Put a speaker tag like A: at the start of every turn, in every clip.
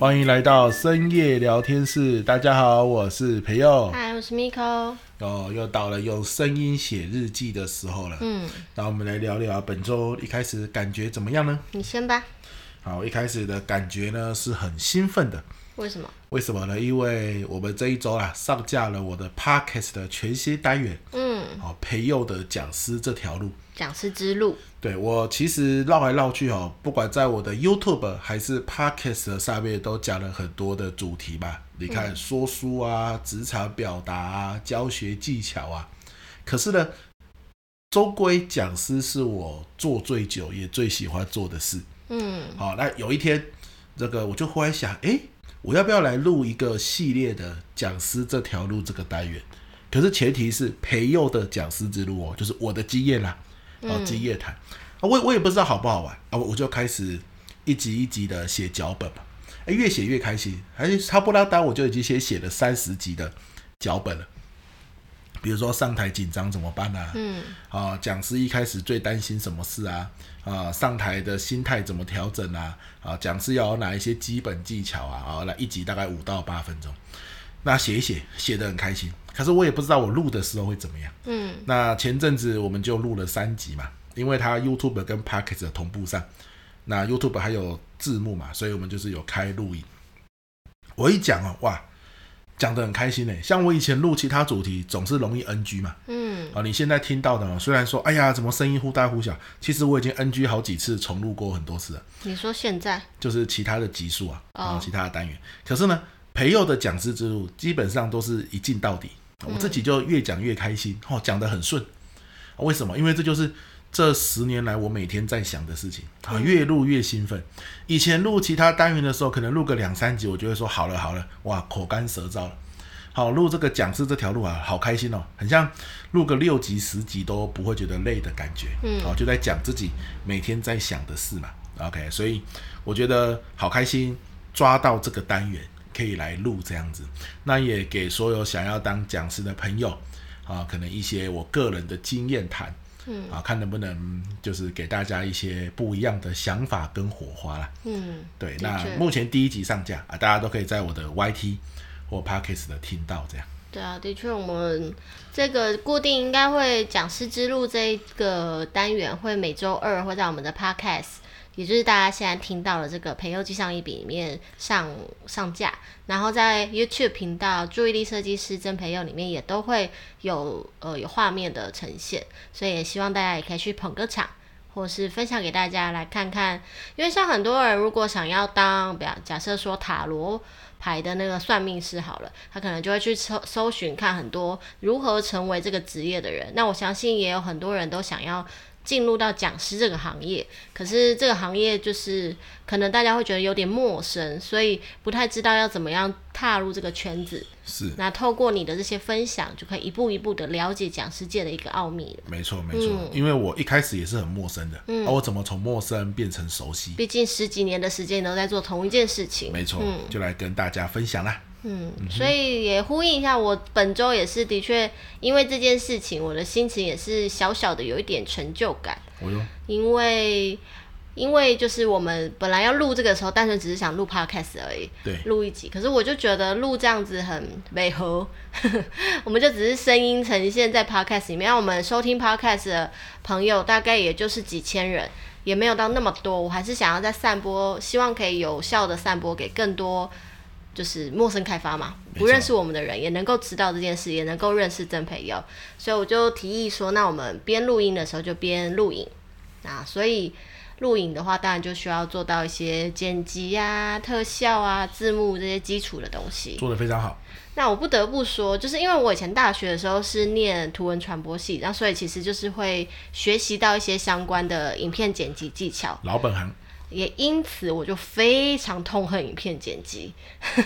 A: 欢迎来到深夜聊天室。大家好，我是培佑。
B: 嗨，我是 Miko。
A: 哦，又到了用声音写日记的时候了。
B: 嗯，
A: 那我们来聊聊本周一开始感觉怎么样呢？
B: 你先吧。
A: 好，一开始的感觉呢是很兴奋的。
B: 为什么？
A: 为什么呢？因为我们这一周啊上架了我的 Podcast 的全新单元，
B: 嗯，
A: 哦，培佑的讲师这条路。
B: 讲师之路。
A: 对我其实绕来绕去哦，不管在我的 YouTube 还是 Podcast 上面都讲了很多的主题吧。你看说书啊、职场表达啊、教学技巧啊，可是呢，终归讲师是我做最久也最喜欢做的事。
B: 嗯
A: 好，那有一天，这个我就忽然想，诶，我要不要来录一个系列的讲师这条路这个单元？可是前提是培佑的讲师之路哦，就是我的经验啦，哦，经验谈啊，我我也不知道好不好玩啊，我我就开始一集一集的写脚本嘛，哎，越写越开心，还是差不多当我就已经先写了三十集的脚本了。比如说上台紧张怎么办啊？
B: 嗯
A: 啊，讲师一开始最担心什么事啊？啊，上台的心态怎么调整啊？啊，讲师要有哪一些基本技巧啊？啊，来一集大概五到八分钟，那写一写，写得很开心。可是我也不知道我录的时候会怎么样。
B: 嗯
A: 那前阵子我们就录了三集嘛，因为它 YouTube 跟 p o c k e t 同步上，那 YouTube 还有字幕嘛，所以我们就是有开录影。我一讲哦，哇，讲得很开心呢。像我以前录其他主题总是容易 NG 嘛，
B: 嗯
A: 啊，你现在听到的哦，虽然说，哎呀，怎么声音忽大忽小，其实我已经 NG 好几次，重录过很多次了，
B: 你说现在？
A: 就是其他的集数啊，啊、
B: 哦
A: 其他的单元。可是呢，培佑的讲师之路基本上都是一进到底，啊我自己就越讲越开心，哦，讲得很顺、啊为什么？因为这就是这十年来我每天在想的事情啊，越录越兴奋。以前录其他单元的时候，可能录个两三集，我就会说好了好了，哇，口干舌燥了。好录这个讲师这条路啊，好开心哦，很像录个六集十集都不会觉得累的感觉。
B: 嗯
A: 好、就在讲自己每天在想的事嘛。OK，所以我觉得好开心，抓到这个单元可以来录这样子，那也给所有想要当讲师的朋友啊，可能一些我个人的经验谈。
B: 嗯
A: 啊，看能不能就是给大家一些不一样的想法跟火花啦。
B: 嗯，
A: 对，
B: 的
A: 那
B: 确
A: 目前第一集上架啊，大家都可以在我的 YT 或 Podcast 的听到这样。
B: 对啊，的确，我们这个固定应该会讲师之路这一个单元会每周二会在我们的 Podcast。也就是大家现在听到的这个《朋友记上一笔》里面上上架，然后在 YouTube 频道“注意力设计师真朋友”里面也都会有呃有画面的呈现，所以也希望大家也可以去捧个场，或是分享给大家来看看。因为像很多人如果想要当，比方假设说塔罗牌的那个算命师好了，他可能就会去搜搜寻看很多如何成为这个职业的人。那我相信也有很多人都想要进入到讲师这个行业，可是这个行业就是可能大家会觉得有点陌生，所以不太知道要怎么样踏入这个圈子。
A: 是，
B: 那透过你的这些分享，就可以一步一步的了解讲师界的一个奥秘了。
A: 没错没错，
B: 嗯
A: 因为我一开始也是很陌生的，啊，我怎么从陌生变成熟悉？
B: 毕竟十几年的时间你都在做同一件事情，
A: 没错，就来跟大家分享啦。
B: 嗯，所以也呼应一下，我本周也是的确因为这件事情，我的心情也是小小的有一点成就感，
A: 我哟，
B: 因为因为就是我们本来要录这个时候，单纯只是想录 podcast 而已，
A: 对，
B: 录一集，可是我就觉得录这样子很违和， 我们就只是声音呈现在 podcast 里面，让我们收听 podcast 的朋友大概也就是几千人，也没有到那么多。我还是想要再散播，希望可以有效的散播给更多就是陌生开发嘛，
A: 没错
B: 不认识我们的人也能够知道这件事，也能够认识真朋友。所以我就提议说，那我们边录音的时候就边录影啊，所以。录影的话，当然就需要做到一些剪辑啊、特效啊、字幕这些基础的东西。
A: 做的非常好，
B: 那我不得不说，就是因为我以前大学的时候是念图文传播系，然后所以其实就是会学习到一些相关的影片剪辑技巧，
A: 老本行，
B: 也因此我就非常痛恨影片剪辑，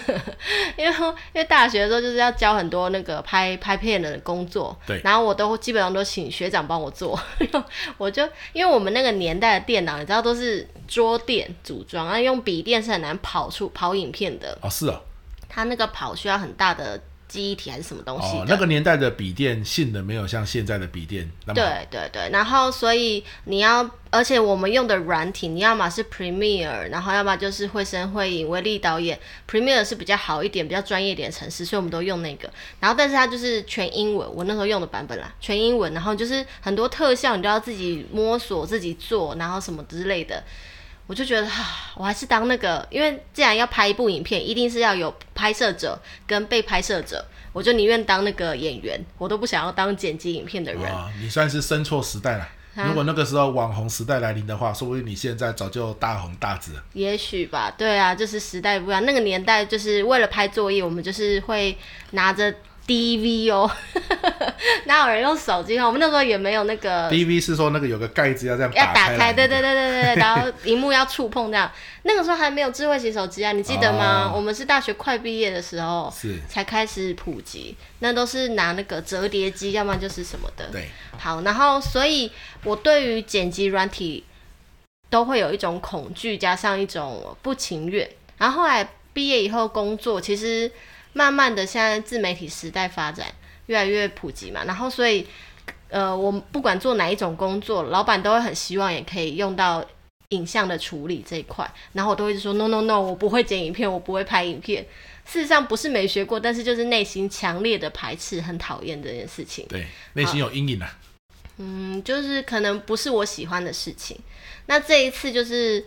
B: 因为因为大学的时候就是要教很多那个拍拍片的工作，
A: 对
B: 然后我都基本上都请学长帮我做， 我就因为我们那个年代的电脑，你知道都是桌电组装，那用笔电是很难跑出跑影片的，
A: 哦，是哦，
B: 它那个跑需要很大的记忆体还是什么东西的。
A: 哦，那个年代的笔电性能没有像现在的笔电那么好，
B: 对对对，然后所以你要而且我们用的软体，你要么是 Premiere，然后要么就是绘声绘影、威力导演。Premiere 是比较好一点、比较专业一点的程式，所以我们都用那个。然后，但是它就是全英文，我那时候用的版本啦，全英文。然后就是很多特效，你都要自己摸索、自己做，然后什么之类的。我就觉得啊，我还是当那个，因为既然要拍一部影片，一定是要有拍摄者跟被拍摄者，我就宁愿当那个演员，我都不想要当剪辑影片的人。
A: 啊，你算是生错时代了。
B: 啊
A: 如果那个时候网红时代来临的话，说不定你现在早就大红大紫了。
B: 也许吧，对啊，就是时代不一样。那个年代就是为了拍作业，我们就是会拿着 DV 哦， 哪有人用手机啊？我们那时候也没有那个
A: DV 是说那个有个盖子要这样
B: 要打
A: 开来
B: 开，对对对对 对，对然后荧幕要触碰这样。那个时候还没有智慧型手机啊，你记得吗？
A: 哦
B: 我们是大学快毕业的时候
A: 是
B: 才开始普及，那都是拿那个折叠机，要不然就是什么的。
A: 对，
B: 好，然后所以我对于剪辑软体都会有一种恐惧，加上一种不情愿。然后后来毕业以后工作，其实慢慢的现在自媒体时代发展越来越普及嘛，然后所以呃，我们不管做哪一种工作，老板都会很希望也可以用到。影像的处理这一块，然后我都会一直说 no no no，我不会剪影片，我不会拍影片。事实上不是没学过，但是就是内心强烈的排斥，很讨厌这件事情。
A: 对，内心有阴影啊。
B: 嗯，就是可能不是我喜欢的事情。那这一次就是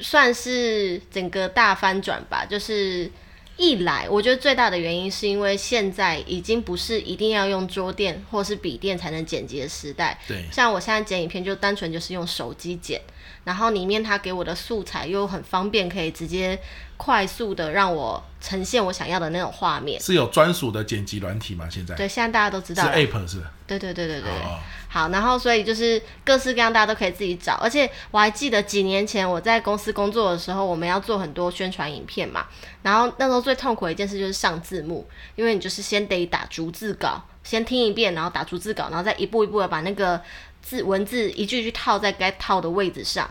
B: 算是整个大翻转吧，就是一来，我觉得最大的原因是因为现在已经不是一定要用桌垫或是笔电才能剪辑的时代。
A: 对，
B: 像我现在剪影片就单纯就是用手机剪，然后里面它给我的素材又很方便，可以直接快速的让我呈现我想要的那种画面。
A: 是有专属的剪辑软体吗？现在
B: 对，现在大家都知
A: 是
B: 道了，
A: App 是吧？
B: 对对对对对。
A: 哦，
B: 好，然后所以就是各式各样，大家都可以自己找。而且我还记得几年前我在公司工作的时候，我们要做很多宣传影片嘛。然后那时候最痛苦的一件事就是上字幕，因为你就是先得打逐字稿，先听一遍，然后打逐字稿，然后再一步一步的把那个字文字一句一句套在该套的位置上。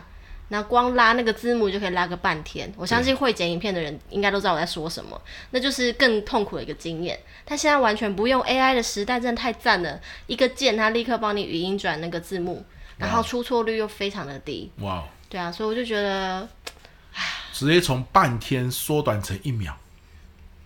B: 那光拉那个字幕就可以拉个半天，我相信会剪影片的人应该都知道我在说什么，那就是更痛苦的一个经验。但现在完全不用 AI 的时代，真的太赞了！一个键，它立刻帮你语音转那个字幕，然后出错率又非常的低。
A: 哇哦，
B: 对啊，所以我就觉得，
A: 直接从半天缩短成一秒，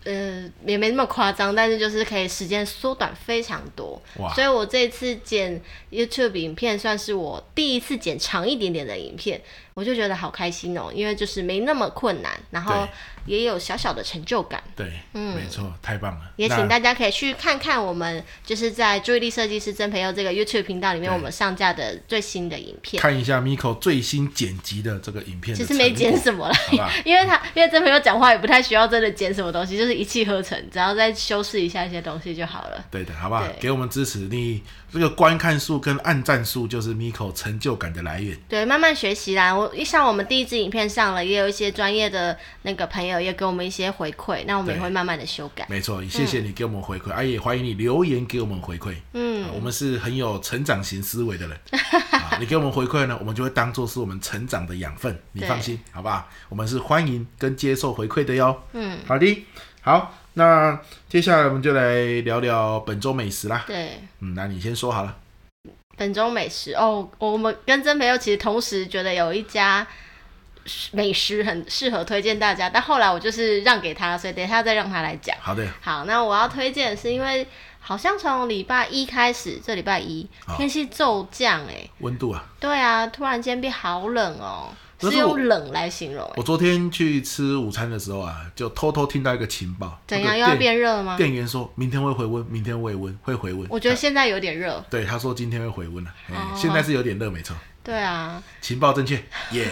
B: 呃，也没那么夸张，但是就是可以时间缩短非常多
A: 哇。
B: 所以我这次剪 YouTube 影片，算是我第一次剪长一点点的影片，我就觉得好开心哦，因为就是没那么困难，然后也有小小的成就感。
A: 对，没错，太棒了。
B: 嗯也请
A: 那
B: 大家可以去看看我们就是在注意力设计师曾培佑这个 YouTube 频道里面
A: 对
B: 我们上架的最新的影片。
A: 看一下 Miko 最新剪辑的这个影片
B: 其
A: 的成果，
B: 实没剪什么啦
A: 好吧，
B: 因为他因为曾培佑讲话也不太需要真的剪什么东西，就是一气呵成，只要再修饰一下一些东西就好了。
A: 对的，好不好
B: 对？
A: 给我们支持，你这个观看数跟按赞数就是 Miko 成就感的来源。
B: 对，慢慢学习啦。我像我们第一支影片上了，也有一些专业的那个朋友也给我们一些回馈，那我们也
A: 对
B: 会慢慢的修改。
A: 没错，谢谢你给我们回馈，
B: 嗯
A: 啊，也欢迎你留言给我们回馈。嗯、我们是很有成长型思维的 人，啊、你给我们回馈呢，我们就会当做是我们成长的养分，你
B: 对
A: 放心，好不好？我们是欢迎跟接受回馈的哟。嗯，好的，好，那接下来我们就来聊聊本周美食啦。
B: 对，
A: 嗯，那你先说好了。
B: 本周美食哦，我们跟曾培佑其实同时觉得有一家美食很适合推荐大家，但后来我就是让给他，所以等一下再让他来讲。
A: 好的，
B: 好，那我要推荐的是因为好像从礼拜一开始，这礼拜一
A: 哦
B: 天气骤降哎、
A: 温度啊，
B: 对啊，突然间变好冷哦、
A: 可
B: 是
A: 是我
B: 用冷来形容哎、
A: 我昨天去吃午餐的时候啊，就偷偷听到一个情报，
B: 怎
A: 那个
B: 样又要
A: 店
B: 变热了吗？
A: 店员说明天会回温，明天会温，会回温。
B: 我觉得现在有点热，
A: 对，他说今天会回温了、哎，
B: 哦
A: 现在是有点热，没错。
B: 对啊，
A: 情报正确，耶、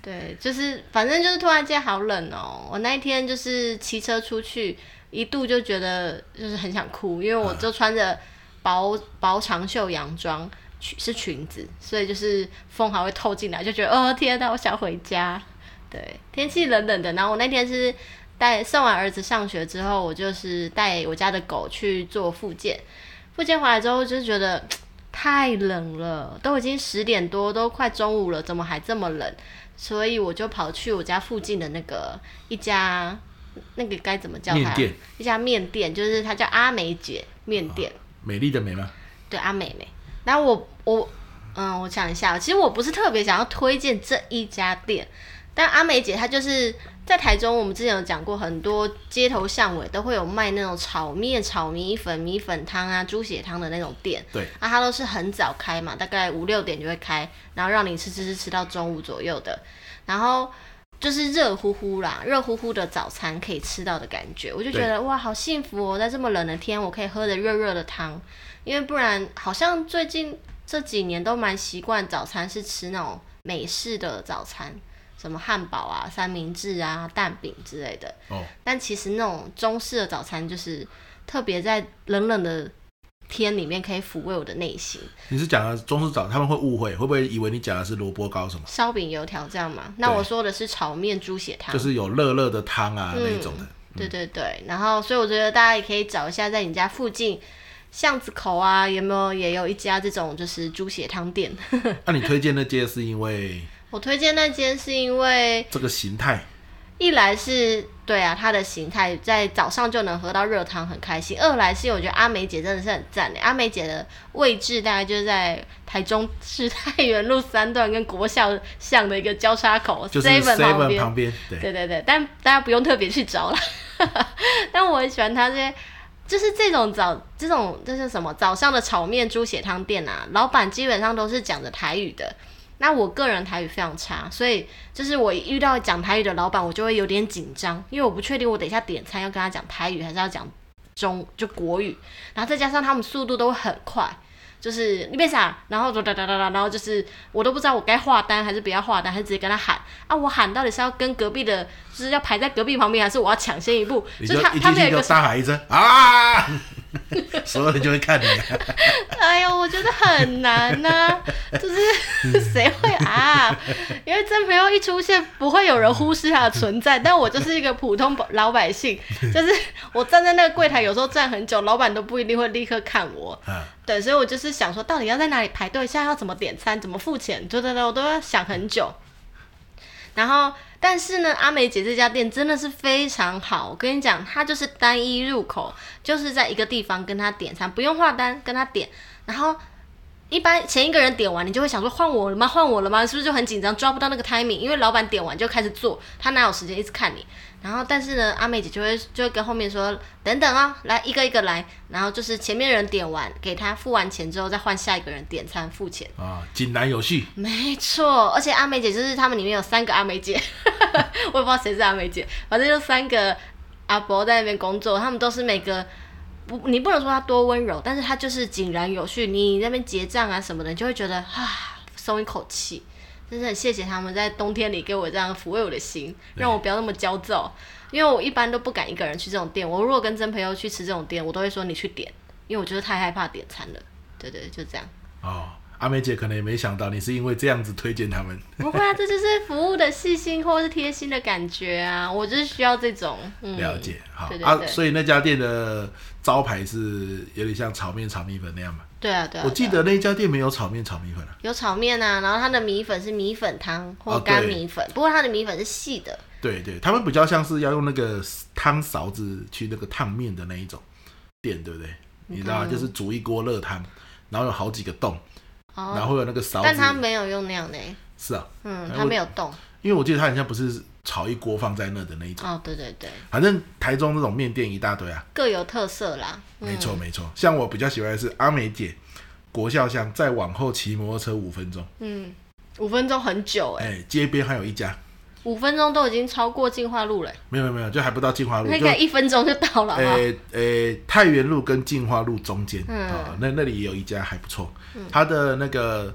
B: 对，就是反正就是突然间好冷哦、我那一天就是骑车出去，一度就觉得就是很想哭，因为我就穿着薄薄长袖洋装，裙是裙子，所以就是风还会透进来，就觉得哦天哪，我想回家。对，天气冷冷的，然后我那天是带送完儿子上学之后，我就是带我家的狗去做复健，复健回来之后就觉得。太冷了，都已经十点多，都快中午了，怎么还这么冷？所以我就跑去我家附近的那个一家，那个该怎么叫它？
A: 面店
B: 一家面店，就是它叫阿美姐面店，
A: 啊美丽的美吗？
B: 对阿美美。然后我我嗯，我想一下，其实我不是特别想要推荐这一家店，但阿美姐她就是在台中，我们之前有讲过，很多街头巷尾都会有卖那种炒面、炒米粉、米粉汤啊、猪血汤的那种店。
A: 对，
B: 啊，它都是很早开嘛，大概五六点就会开，然后让你吃吃吃吃到中午左右的，然后。就是热乎乎啦，热乎乎的早餐可以吃到的感觉，我就觉得哇，好幸福哦！在这么冷的天，我可以喝着热热的汤，因为不然好像最近这几年都蛮习惯早餐是吃那种美式的早餐，什么汉堡啊、三明治啊、蛋饼之类的。
A: 哦，
B: 但其实那种中式的早餐，就是特别在冷冷的天里面可以抚慰我的内心。
A: 你是讲的中式早，他们会误会，会不会以为你讲的是萝卜糕什么？
B: 烧饼、油条这样嘛？那
A: 对
B: 我说的是炒面、猪血汤。嗯
A: 就是有热热的汤啊、那一种的。
B: 对对对，然后所以我觉得大家也可以找一下，在你家附近巷子口啊，有没有也有一家这种就是猪血汤店。
A: 那、你推荐那间是因为
B: 我推荐那间是因为
A: 这个形态，
B: 一来是对啊，它的形态在早上就能喝到热汤，很开心；二来是我觉得阿美姐真的是很赞欸的，阿美姐的位置大概就是在台中市太原路三段跟国校巷的一个交叉口
A: 就是
B: seven 旁
A: Seven
B: 边。
A: 旁边，对，
B: 对对对，但大家不用特别去找啦。 但我很喜欢它这些，就是这种早这种这是什么早上的炒面猪血汤店啊，老板基本上都是讲着台语的。那我个人台语非常差，所以就是我一遇到讲台语的老板，我就会有点紧张，因为我不确定我等一下点餐要跟他讲台语还是要讲中就国语，然后再加上他们速度都很快，就是你别傻，然后哒哒哒哒哒，然后就是我都不知道我该画单还是不要画单，还是直接跟他喊啊，我喊到底是要跟隔壁的，就是要排在隔壁旁边，还是我要抢先一步？
A: 你
B: 就
A: 就是
B: 他
A: 一
B: 他
A: 进
B: 们有
A: 去
B: 一个
A: 就大喊一声啊， 所有人就会看你、啊。
B: 哎呦，我觉得很难呐、 就是谁会啊？因为真朋友一出现，不会有人忽视他的存在。但我就是一个普通老百姓，就是我站在那个柜台，有时候站很久，老板都不一定会立刻看我。
A: 嗯
B: 对，所以我就是想说，到底要在哪里排队，现在要怎么点餐，怎么付钱，对对对，我都要想很久。然后，但是呢，阿美姐这家店真的是非常好。我跟你讲，它就是单一入口，就是在一个地方跟他点餐，不用画单，跟他点。然后，一般前一个人点完，你就会想说换我了吗？换我了吗？是不是就很紧张，抓不到那个 timing？因为老板点完就开始做，他哪有时间一直看你？然后，但是呢，阿美姐就会就会跟后面说，等等啊、来一个一个来。然后就是前面人点完，给他付完钱之后，再换下一个人点餐付钱。
A: 啊，井然有序，
B: 没错，而且阿美姐就是他们里面有三个阿美姐， 我也不知道谁是阿美姐，反正就三个阿伯在那边工作，他们都是每个不，你不能说她多温柔，但是她就是井然有序。你那边结账啊什么的，你就会觉得啊松一口气，真是很谢谢他们在冬天里给我这样抚慰我的心，让我不要那么焦躁。因为我一般都不敢一个人去这种店，我如果跟真朋友去吃这种店，我都会说你去点，因为我觉得太害怕点餐了。对对，就这样。
A: 哦，阿梅姐可能也没想到你是因为这样子推荐他们，
B: 不会啊，这就是服务的细心或是贴心的感觉啊，我就是需要这种。嗯，
A: 了解，好
B: 对对
A: 啊，
B: 对
A: 所以那家店的招牌是有点像炒面炒米粉那样嘛。
B: 对啊，对啊。
A: 我记
B: 对啊
A: 得那家店没有炒面炒米粉啊，
B: 有炒面啊，然后它的米粉是米粉汤或
A: 哦
B: 干
A: 对
B: 米粉，不过它的米粉是细的。
A: 对对，他们比较像是要用那个汤勺子去那个烫面的那一种店，对不对？你知道吗，
B: 嗯
A: 就是煮一锅热汤，然后有好几个洞，然
B: 哦，
A: 后有那个勺
B: 但它
A: 子，
B: 没有用那样的欸，
A: 是啊，
B: 嗯，
A: 哎
B: 它
A: 我
B: 没有动。
A: 因为我记得它好像不是炒一锅放在那的那一种，
B: 哦，对对对，
A: 反正台中这种面店一大堆啊，
B: 各有特色啦。嗯
A: 没错没错，像我比较喜欢的是阿美姐国校巷，再往后骑摩托车五分钟，
B: 嗯，五分钟很久哎、
A: 哎、街边还有一家，
B: 五分钟都已经超过进化路了欸、
A: 没有没有没有，就还不到进化路，
B: 那
A: 就
B: 个一分钟就到了啊。
A: 呃呃太原路跟进化路中间啊、
B: 嗯
A: 那那里也有一家还不错，它的那个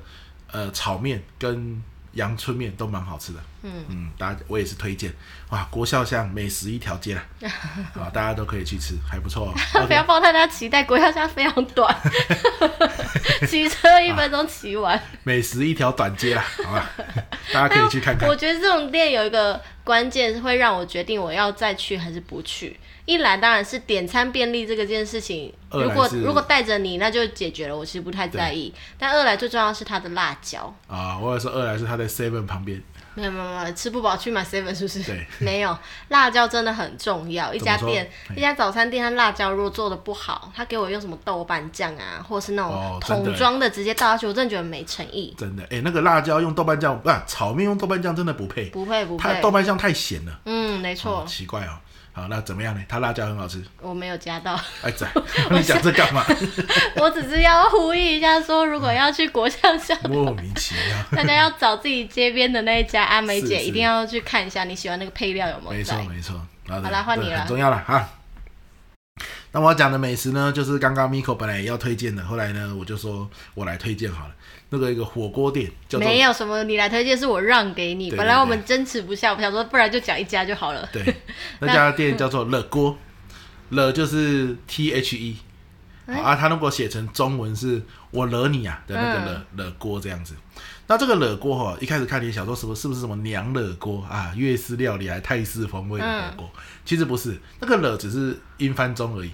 A: 呃炒面跟阳春面都蛮好吃的，
B: 嗯。
A: 嗯，大家我也是推荐，哇，国校巷美食一条街啦，啊，大家都可以去吃，还不错、哦
B: 不要抱太大期待，国家非常短， 骑车一分钟骑完。
A: 美食一条短街啦，啊好吧，大家可以去看看
B: 我。觉得这种店有一个关键是会让我决定我要再去还是不去，一来当然是点餐便利这个件事情，
A: 二来
B: 如果
A: 是
B: 如果带着你，那就解决了，我其实不太在意。但二来最重要的是它的辣椒，
A: 啊，或者说二来是他在 Seven 旁边，
B: 没有没有没有，吃不饱去买 seven 是不是？
A: 对，
B: 没有辣椒真的很重要。一家
A: 怎么说哎
B: 店，
A: 嘿
B: 一家早餐店，它辣椒如果做的不好，它给我用什么豆瓣酱啊，或者是那
A: 哦真
B: 种
A: 的
B: 桶装的直接倒下去，我真的觉得没诚意。
A: 真的，哎、那个辣椒用豆瓣酱，不、啊，炒面用豆瓣酱真的不配，
B: 不配不
A: 它
B: 配
A: 豆，瓣酱太咸了，
B: 嗯，没错
A: 哦，奇怪哦。好，那怎么样呢？它辣椒很好吃，
B: 我没有加到。
A: 哎 仔，你讲这干嘛？
B: 我只是要呼吁一下，说如果要去国象 巷，
A: 莫名其妙，
B: 大家要找自己街边的那一家阿美
A: 是
B: 姐，
A: 是
B: 一定要去看一下你喜欢那个配料有没
A: 没
B: 有
A: 错
B: 在。
A: 没错，好
B: 好啦换你了
A: 很重要了哈。那我要讲的美食呢，就是刚刚 Miko 本来也要推荐的，后来呢，我就说我来推荐好了。那个一个火锅店叫做
B: 没有什么，你来推荐是我让给你。
A: 对
B: 本来我们争执不下，我想说，不然就讲一家就好了。
A: 对， 那嗯家店叫做乐锅，乐就是 T H E，好啊，它如果写成中文是“我惹你啊”的那个惹惹锅这样子。那这个惹锅哈，一开始看你想说什么是不是什么娘惹锅啊，粤式料理还泰式风味的火锅，其实不是，那个惹只是音翻中而已，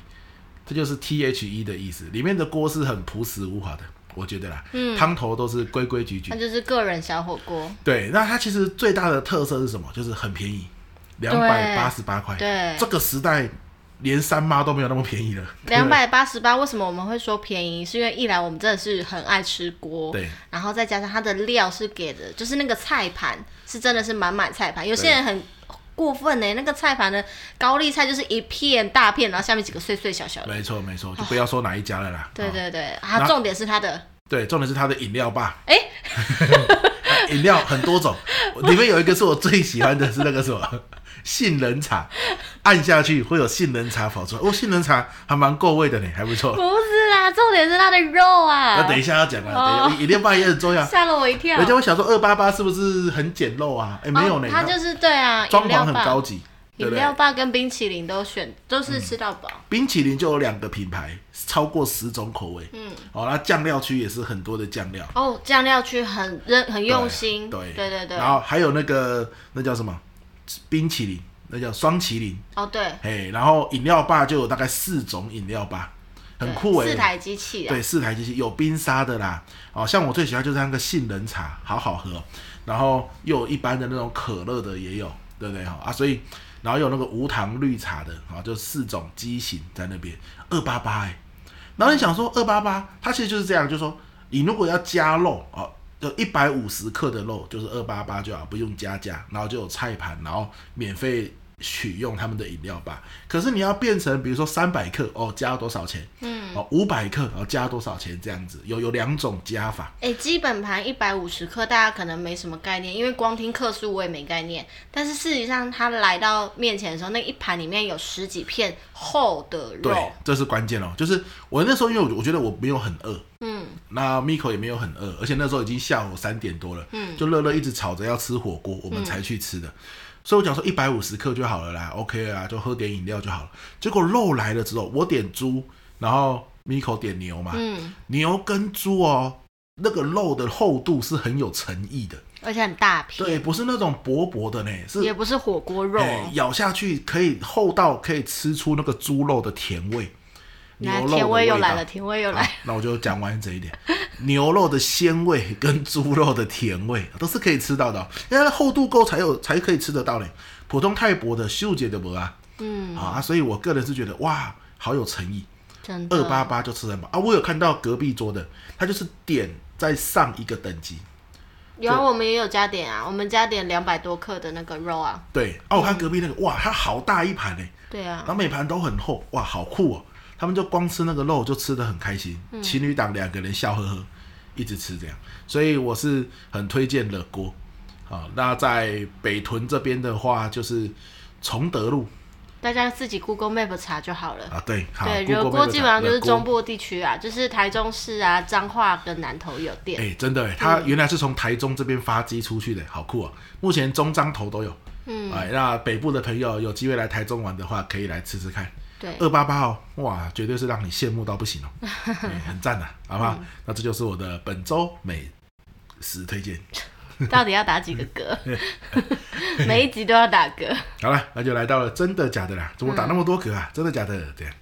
A: 这就是 T H E 的意思。里面的锅是很朴实无华的，我觉得啦，汤头都是规规矩矩
B: 那，就是个人小火锅，
A: 对，那它其实最大的特色是什么？就是很便宜，两百八十八块。
B: 对
A: 这个时代连三妈都没有那么便宜了。对
B: 两
A: 不对
B: 百八十八。为什么我们会说便宜？是因为一来我们真的是很爱吃锅，
A: 对
B: 然后再加上它的料是给的，就是那个菜盘是真的是满满菜盘。有些人很过分呢、那个菜盘的高丽菜就是一片大片，然后下面几个碎碎小小的。
A: 没错没错，就不要说哪一家了啦。
B: 对
A: 哦
B: 对对，
A: 那
B: 啊，重点是它的，
A: 对，重点是它的饮料吧，
B: 哎、
A: 饮料很多种，里面有一个是我最喜欢的是那个什么 杏仁茶，按下去会有杏仁茶跑出来，哦，杏仁茶还蛮够味的呢，还不
B: 不
A: 错。
B: 是啦，重点是它的肉啊
A: 那，等一下要讲啊，
B: 哦
A: 等一下饮料吧也很重 要。
B: 吓了我一跳。哦
A: 人家会想说二八八是不是很简陋啊？哎，没有呢，
B: 哦它就是对啊，
A: 装
B: 饮
A: 潢
B: 料
A: 很
B: 吧
A: 高，级，对
B: 饮
A: 不对？嗯
B: 料吧跟冰淇淋都选都是吃到饱。
A: 冰淇淋就有两个品牌，超过十种口味。嗯，哦，那酱料区也是很多的酱料，
B: 哦，酱料区很认很用心，
A: 对
B: 对对对
A: 然后还有那个那叫什么冰淇淋，那叫双淇淋，
B: 哦对，
A: 嘿，然后饮料吧就有大概四种饮料吧，很
B: 对
A: 酷哎、
B: 四台机器啊，
A: 对，四台机器有冰沙的啦，哦，像我最喜欢就是那个杏仁茶，好好喝哦、然后又有一般的那种可乐的也有，对不对哈啊？所以然后有那个无糖绿茶的啊，就四种机型在那边二八八哎，然后你想说二八八，它其实就是这样，就说你如果要加肉哦。就一百五十克的肉就是二八八就好，不用加价，然后就有菜盘，然后免费取用他们的饮料吧。可是你要变成比如说三百克哦，加多少钱？嗯，哦五百克哦加多少钱这样子？有有两种加法，
B: 哎、基本盘一百五十克，大家可能没什么概念，因为光听克数我也没概念。但是事实上，它来到面前的时候，那一盘里面有十几片厚的
A: 对
B: 肉，，
A: 这是关键哦。就是我那时候，因为我我觉得我没有很饿，
B: 嗯，
A: 那 Miko 也没有很饿，而且那时候已经下午三点多了，嗯，就乐乐一直吵着要吃火锅，我们才去吃
B: 嗯
A: 的。所以我讲说一百五十克就好了啦，OK 啦，就喝点饮料就好了。结果肉来了之后，我点猪，然后 Miko 点牛嘛，
B: 嗯，
A: 牛跟猪哦，那个肉的厚度是很有诚意的，
B: 而且很大
A: 对，
B: 片，
A: 不是那种薄薄的呢，是
B: 也不是火锅肉
A: 哎
B: 哦，
A: 咬下去可以厚到可以吃出那个猪肉的甜味，牛
B: 来
A: 肉的
B: 甜味
A: 味
B: 又
A: 道。啊
B: 来了，甜味又来
A: 好，那我就讲完这一点， 牛肉的鲜味跟猪肉的甜味都是可以吃到的哦、因为它的厚度够才有才可以吃得到嘞。普通太薄的秀姐的薄啊，嗯啊，所以我个人是觉得哇，好有诚意，
B: 真的。
A: 二八八就吃很饱啊。我有看到隔壁桌的，他就是点再上一个等级，
B: 有啊，我们也有加点啊，我们加点两百多克的那个肉啊，
A: 对啊，我看隔壁那个哇，它好大一盘嘞。
B: 对啊
A: 然，后每盘都很厚，哇，好酷哦！他们就光吃那个肉就吃得很开心，
B: 嗯
A: 情侣档两个人笑呵呵，一直吃这样，所以我是很推荐了锅。好，那在北屯这边的话，就是崇德路
B: 大家自己 Google Map 查就好了。
A: 啊，对，好，
B: 对，
A: Google
B: 惹锅
A: Map
B: 基本上就是
A: 惹锅
B: 中部地区啊，就是台中市啊、彰化跟南投有店。
A: 哎、真的哎，
B: 嗯
A: 他原来是从台中这边发机出去的，好酷哦！目前中彰头都有，嗯，哎，那北部的朋友有机会来台中玩的话，可以来吃吃看。
B: 对，
A: 二八八哦，哇，绝对是让你羡慕到不 行哦，啊
B: 嗯
A: 哎很赞呐、好不好？那这就是我的本周美食推荐。
B: 到底要打几个嗝？ 每一集都要打嗝。
A: 好了，那就来到了真的假的啦，怎么打那么多嗝
B: 嗯
A: 啊？真的假的？这样。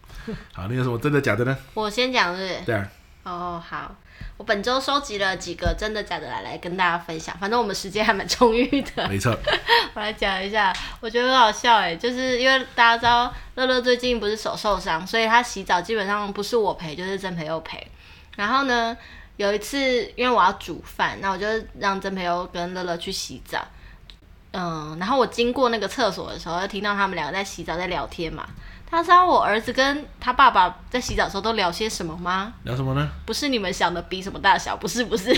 A: 好，你有什么真的假的呢？
B: 我先讲是不是
A: 对 啊，
B: 哦，好，我本周收集了几个真的假的来来跟大家分享，反正我们时间还蛮充裕的。
A: 没错，
B: 我来讲一下，我觉得很好笑哎，就是因为大家知道乐乐最近不是手受伤，所以他洗澡基本上不是我陪就是真朋友陪。然后呢，有一次因为我要煮饭，那我就让真朋友跟乐乐去洗澡。嗯，然后我经过那个厕所的时候，就听到他们两个在洗澡在聊天嘛。他知道我儿子跟他爸爸在洗澡的时候都聊些什么吗？
A: 聊什么呢？
B: 不是你们想的比什么大小，不是不是。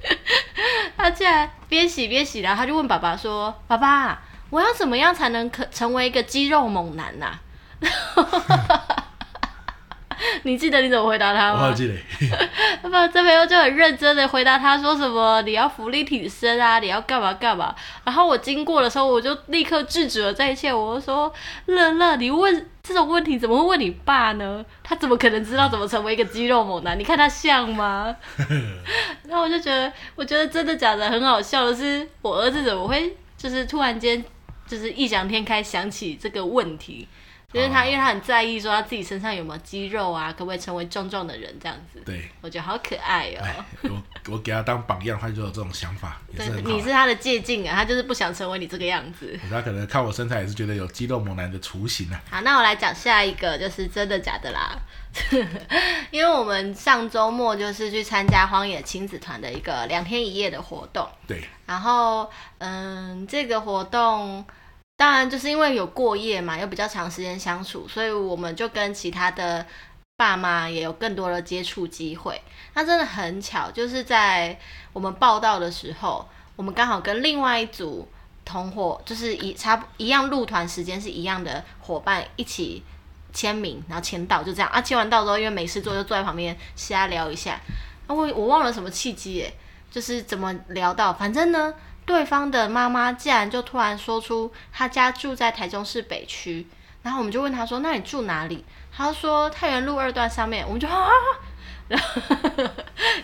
B: 他竟然边洗边洗，然后他就问爸爸说：“爸爸，我要怎么样才能可成为一个肌肉猛男呐、啊 你记得你怎么回答他
A: 我好
B: 吗？
A: 记嘞。
B: 爸爸这朋友就很认真的回答他说什么：“你要浮力挺身啊，你要干嘛干嘛。”然后我经过的时候，我就立刻制止了这一切。我就说：“乐乐，你问这种问题怎么会问你爸呢？他怎么可能知道怎么成为一个肌肉猛男？你看他像吗？” 然后我就觉得，我觉得真的假的很好笑的是，我儿子怎么会就是突然间就是异想天开想起这个问题。就是他，因为他很在意说他自己身上有没有肌肉啊，可不可以成为壮壮的人这样子。
A: 对，
B: 我觉得好可爱哦、
A: 哎，我我给他当榜样，他就有这种想法，也是
B: 对，
A: 很好
B: 你是
A: 啊。
B: 他的借镜啊，他就是不想成为你这个样子。
A: 他可能看我身材也是觉得有肌肉猛男的雏形啊。
B: 好，那我来讲下一个，就是真的假的啦。 因为我们上周末就是去参加荒野亲子团的一个两天一夜的活动，
A: 对，
B: 然后嗯，这个活动当然就是因为有过夜嘛，又比较长时间相处，所以我们就跟其他的爸妈也有更多的接触机会。那真的很巧，就是在我们报道的时候，我们刚好跟另外一组同伙，就是一差不一样入团时间是一样的伙伴一起。签名，然后签到，就这样啊。签完到之后，因为没事做，就坐在旁边瞎聊一下。啊，我我忘了什么契机耶，就是怎么聊到，反正呢，对方的妈妈竟然就突然说出她家住在台中市北区，然后我们就问她说：“那你住哪里？”她就说太原路二段上面，我们就啊。然后，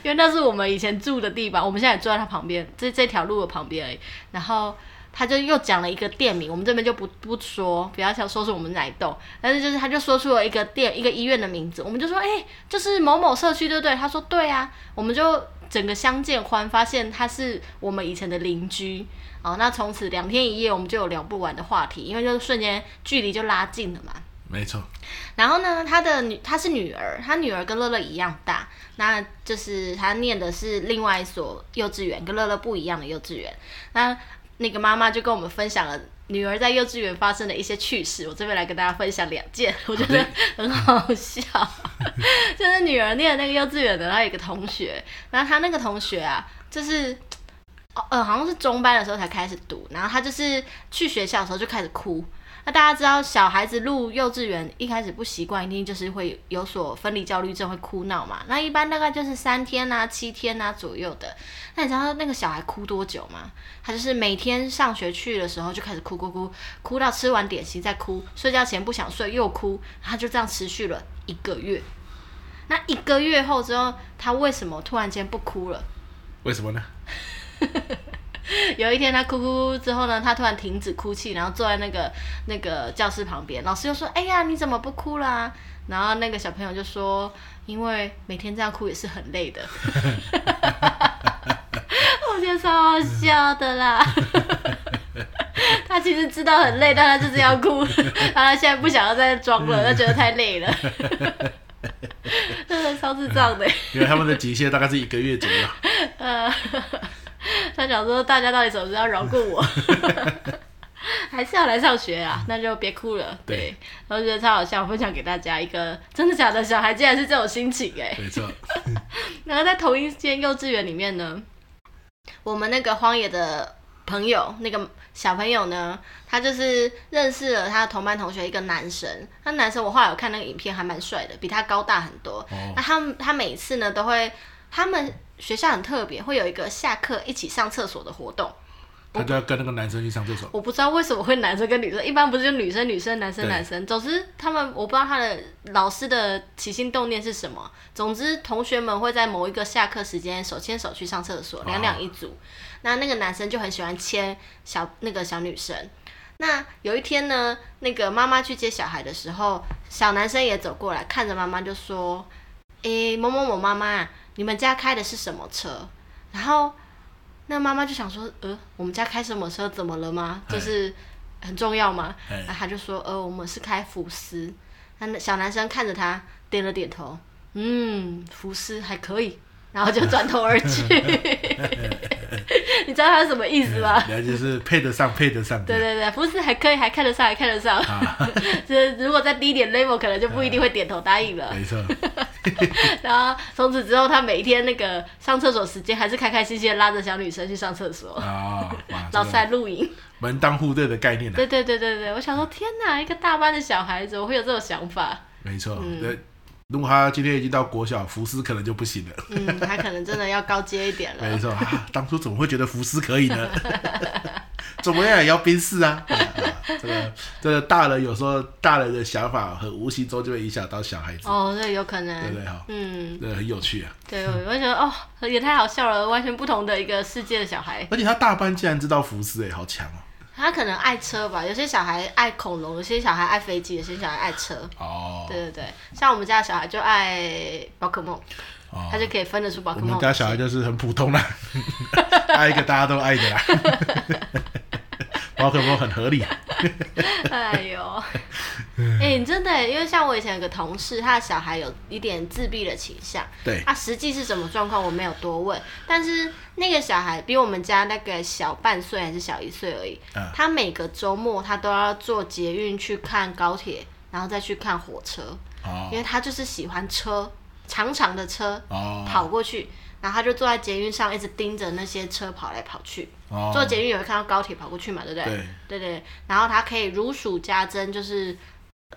B: 因为那是我们以前住的地方，我们现在也住在它旁边，这这条路的旁边而已。然后他就又讲了一个店名，我们这边就不不说，不要想说是我们哪一栋，但是就是他就说出了一个店一个医院的名字，我们就说哎、就是某某社区，对不对？他说对啊，我们就整个相见欢，发现他是我们以前的邻居。哦，那从此两天一夜，我们就有聊不完的话题，因为就是瞬间距离就拉近了嘛。
A: 没错，
B: 然后呢，他的女她是女儿，她女儿跟乐乐一样大，那就是她念的是另外一所幼稚园，跟乐乐不一样的幼稚园。那那个妈妈就跟我们分享了女儿在幼稚园发生的一些趣事，我这边来跟大家分享两件， 我觉得很好笑。 就是女儿念的那个幼稚园的，她有一个同学，然后她那个同学啊，就是。哦，呃，好像是中班的时候才开始读，然后她就是去学校的时候就开始哭，那大家知道，小孩子入幼稚园一开始不习惯，一定就是会有所分离焦虑症，会哭闹嘛。那一般大概就是三天啊、七天啊左右的。那你知道那个小孩哭多久吗？他就是每天上学去的时候就开始哭哭哭，哭到吃完点心再哭，睡觉前不想睡又哭，他就这样持续了一个月。那一个月后之后，他为什么突然间不哭了？
A: 为什么呢？
B: 有一天他哭哭哭之后呢，他突然停止哭泣，然后坐在那个那个教室旁边。老师就说：“哎呀，你怎么不哭啦、然后那个小朋友就说：“因为每天这样哭也是很累的。” 我觉得超好笑的啦。他其实知道很累，但他就是要哭， 然后他现在不想要再装了，他觉得太累了。 真的超智障的。
A: 因为他们的极限大概是一个月左右。
B: 呃，他想说大家到底什么时候要饶过我？ 还是要来上学啊？那就别哭了。
A: 对
B: 对，然后觉得超好笑，分享给大家一个真的假的，小孩竟然是这种心情哎、
A: 没 错，
B: 然后在同一间幼稚园里面呢，我们那个荒野的朋友，那个小朋友呢，他就是认识了他的同班同学一个男生。那男生我后来有看那个影片，还蛮帅的，比他高大很多。
A: 哦
B: 那他们他每次呢都会，他们学校很特别，会有一个下课一起上厕所的活动。
A: 他就要跟那个男生去上厕所。
B: 我不知道为什么会男生跟女生，一般不是就女生女生男生
A: 对
B: 男生，总之他们我不知道他的老师的起心动念是什么。总之同学们会在某一个下课时间手牵手去上厕所，两两一组。那那个男生就很喜欢牵小那个小女生。那有一天呢，那个妈妈去接小孩的时候，小男生也走过来，看着妈妈就说：“诶、某某某妈妈，你们家开的是什么车？”然后那妈妈就想说，呃，我们家开什么车？怎么了吗？
A: 哎
B: 就是很重要吗？
A: 哎
B: 然后他就说，呃，我们是开福斯。那那小男生看着他，点了点头，嗯，福斯还可以，然后就转头而去。你知道他是什么意思 吗？
A: 然后就是配得上，配得上。
B: 对对对，福斯还可以，还看得上，还看得上。 就是如果再低一点 level，可能就不一定会点头答应了。
A: 没错。
B: 然后从此之后，他每天那个上厕所时间还是开开心心的拉着小女生去上厕所，
A: 啊、哇，
B: 老
A: 这
B: 师
A: 个
B: 还露营。
A: 门当户对的概念呢、啊
B: 对对对对对，我想说，天哪，一个大班的小孩怎么会有这种想法？
A: 没错。
B: 嗯
A: 对，如果他今天已经到国小，福斯可能就不 行了。
B: 嗯，他可能真的要高阶一点了。
A: 没错、啊，当初怎么会觉得福斯可以呢？ 怎么样也要冰室啊！啊这个这个大人有时候大人的想法很无形中就会影响到小孩子，
B: 哦，对，有可能。
A: 对不对哈？
B: 嗯，
A: 这个很有趣啊！
B: 对，我就觉得哦，也太好笑了，完全不同的一个世界的小孩。
A: 而且他大班竟然知道福斯、欸，好强哦、
B: 他可能爱车吧，有些小孩爱恐龙，有些小孩爱飞机，有些小孩爱车。
A: 哦，
B: 对对对，像我们家的小孩就爱宝可梦，
A: 哦
B: 他就可以分得出宝
A: 我
B: 可
A: 们
B: 梦。
A: 家小孩就是很普通 啦，爱一个大家都爱的啊啦。宝可梦很合理，啊
B: 哎呦，哎、你真的耶，因为像我以前有个同事，他的小孩有一点自闭的倾向，
A: 对，
B: 啊，实际是什么状况我没有多问，但是那个小孩比我们家那个小半岁还是小一岁而已，
A: 嗯
B: 他每个周末他都要坐捷运去看高铁，然后再去看火车，因
A: 哦
B: 为他就是喜欢车，长长的车
A: 哦
B: 跑过去，然后他就坐在捷运上一直盯着那些车跑来跑去，坐
A: 哦，
B: 捷运也会看到高铁跑过去嘛，对不对？
A: 对，
B: 对对，然后它可以如数家珍，就是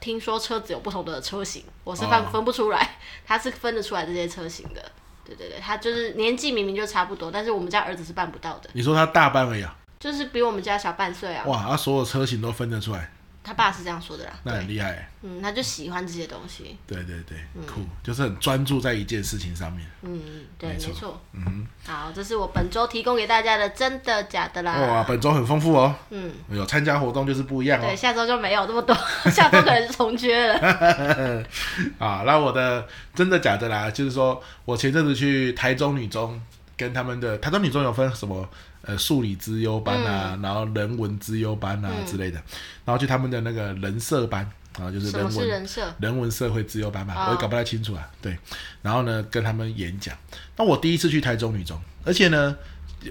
B: 听说车子有不同的车型，我是分
A: 哦
B: 分不出来，他是分得出来这些车型的。对对对，他就是年纪明明就差不多，但是我们家儿子是办不到的，
A: 你说他大班而已啊，
B: 就是比我们家小半岁啊。
A: 哇，他所有车型都分得出来，
B: 他爸是这样说的啦，
A: 那很厉害欸、
B: 嗯，他就喜欢这些东西，
A: 对对对，酷，就是很专注在一件事情上面。
B: 嗯，对，
A: 没
B: 没
A: 错
B: 错。
A: 嗯哼，
B: 好，这是我本周提供给大家的真的假的
A: 哇，
B: 啦。
A: 本周很丰富哦，
B: 啊嗯，
A: 有参加活动就是不一样
B: 对，
A: 哦。
B: 下周就没有这么多， 下周可能是重缺了。
A: 啊，那我的真的假的啦，就是说我前阵子去台中女中跟他们的台中女中有分什么呃数理资优班啊，
B: 嗯
A: 然后人文资优班啊、之类的，然后去他们的那个人社班啊， 就是
B: 什么
A: 人
B: 哦是
A: 文
B: 人设？
A: 人文社会自由班吧，
B: 哦
A: 我也搞不太清楚啊。对，然后呢，跟他们演讲。那我第一次去台中女中，而且呢，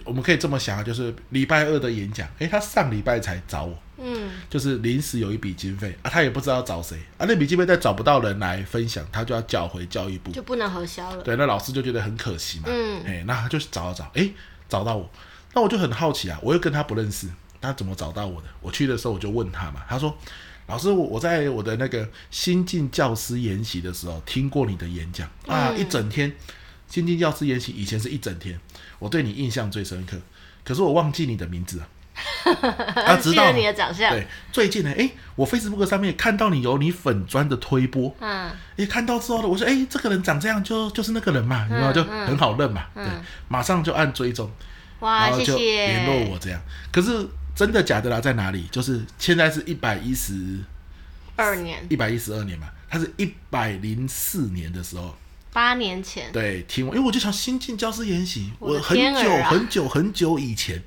A: 我们可以这么想啊，就是礼拜二的演讲，诶，他上礼拜才找我，
B: 嗯，
A: 就是临时有一笔经费啊，他也不知道找谁啊，那笔经费再找不到人来分享，他就要缴回教育部。
B: 就不能核销了。
A: 对，那老师就觉得很可惜嘛，
B: 嗯
A: 哎、那他就找啊找，哎、找到我，那我就很好奇啊，我又跟他不认识，他怎么找到我的？我去的时候我就问他嘛，他说，老师，我我在我的那个新进教师研习的时候听过你的演讲
B: 嗯
A: 啊，一整天，新进教师研习以前是一整天，我对你印象最深刻，可是我忘记你的名 字啊，啊，直
B: 记
A: 到
B: 得你的长相。
A: 对，最近呢，哎、我 Facebook 上面看到你有你粉砖的推播，
B: 嗯，
A: 一看到之后呢，我说，哎、这个人长这样就就是那个人嘛，然后就很好认嘛，对，马上就按追踪，
B: 哇，
A: 然后
B: 谢
A: 就
B: 谢。
A: 联络我这样。可是真的假的啦，在哪里？就是现在是一百一十
B: 二年，
A: 一百一十二年嘛，他是一百零四年的时候，
B: 八年前，
A: 对，听我，因为我就想新进教师研习，
B: 我的
A: 我很
B: 天
A: 久
B: 儿啊
A: 很久很久以前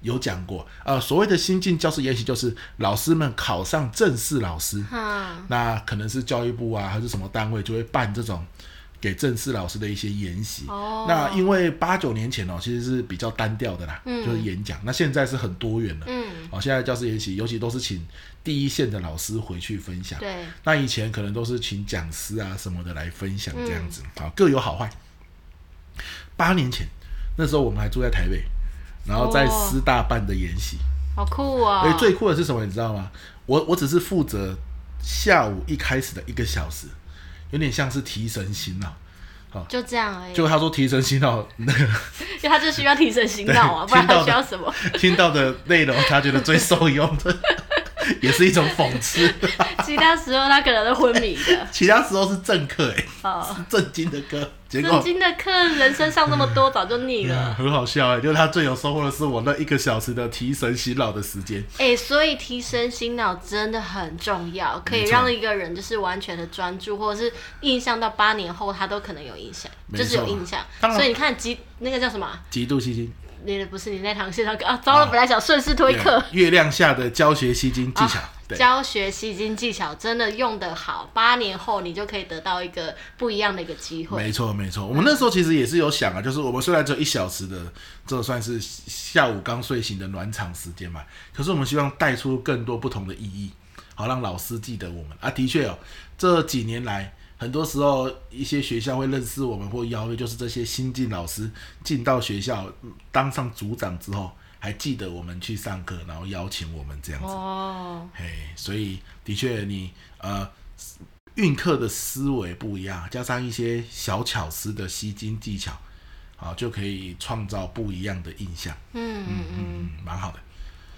A: 有讲过，呃，所谓的新进教师研习就是老师们考上正式老师，
B: 嗯，
A: 那可能是教育部啊，还是什么单位就会办这种给正式老师的一些研习。
B: 哦
A: 那因为八九年前哦，其实是比较单调的啦，
B: 嗯
A: 就是演讲。那现在是很多元了，
B: 嗯，
A: 哦，现在教师研习尤其都是请第一线的老师回去分享。
B: 对，
A: 那以前可能都是请讲师啊什么的来分享这样
B: 嗯
A: 子，好、各有好坏。八年前，那时候我们还住在台北，然后在
B: 哦
A: 师大办的研习。
B: 好酷哦。
A: 而且哎最酷的是什么，你知道吗？我我只是负
B: 嗯
A: 责下午一开始的一个小时，有点像是提神心啊。好
B: 就这样而已。
A: 结果他说提神醒脑， 那个
B: 就他就需要提神醒脑啊，
A: 对
B: 不
A: 听
B: 然
A: 到的
B: 他需要什么？
A: 听到的内容他觉得最受用的，也是一种讽刺。
B: 其他时候他可能都昏迷的。
A: 其他时 候是哦正课哎、
B: 哦，
A: 是正经的歌，结
B: 正
A: 果
B: 经的课人生上那么多，早就腻了。
A: 很好笑哎、就是他最有收获的是我那一个小时的提神醒脑的时间。
B: 哎、所以提神醒脑真的很重要，可以
A: 没错
B: 让一个人就是完全的专注，或者是印象到八年后他都可能有印象，
A: 没
B: 就
A: 错
B: 是有印象。
A: 当然
B: 所以你看极那个叫什么啊？
A: 极度吸睛，
B: 你的不是你那堂线上课啊？糟了，本来想顺势推课。
A: 月亮下的教学吸睛技巧，
B: 啊
A: 对，
B: 教学吸睛技巧真的用得好，八年后你就可以得到一个不一样的一个机会。
A: 没错没错。我们那时候其实也是有想啊，就是我们虽然只有一小时的，这算是下午刚睡醒的暖场时间嘛，可是我们希望带出更多不同的意义，好让老师记得我们啊。的确哦，这几年来。很多时候，一些学校会认识我们或邀约，就是这些新进老师进到学校嗯当上组长之后，还记得我们去上课，然后邀请我们这样子。
B: 哦，
A: 嘿，所以的确你呃运课的思维不一样，加上一些小巧思的吸睛技巧，好就可以创造不一样的印象，
B: 嗯嗯嗯，
A: 嗯，蛮好的。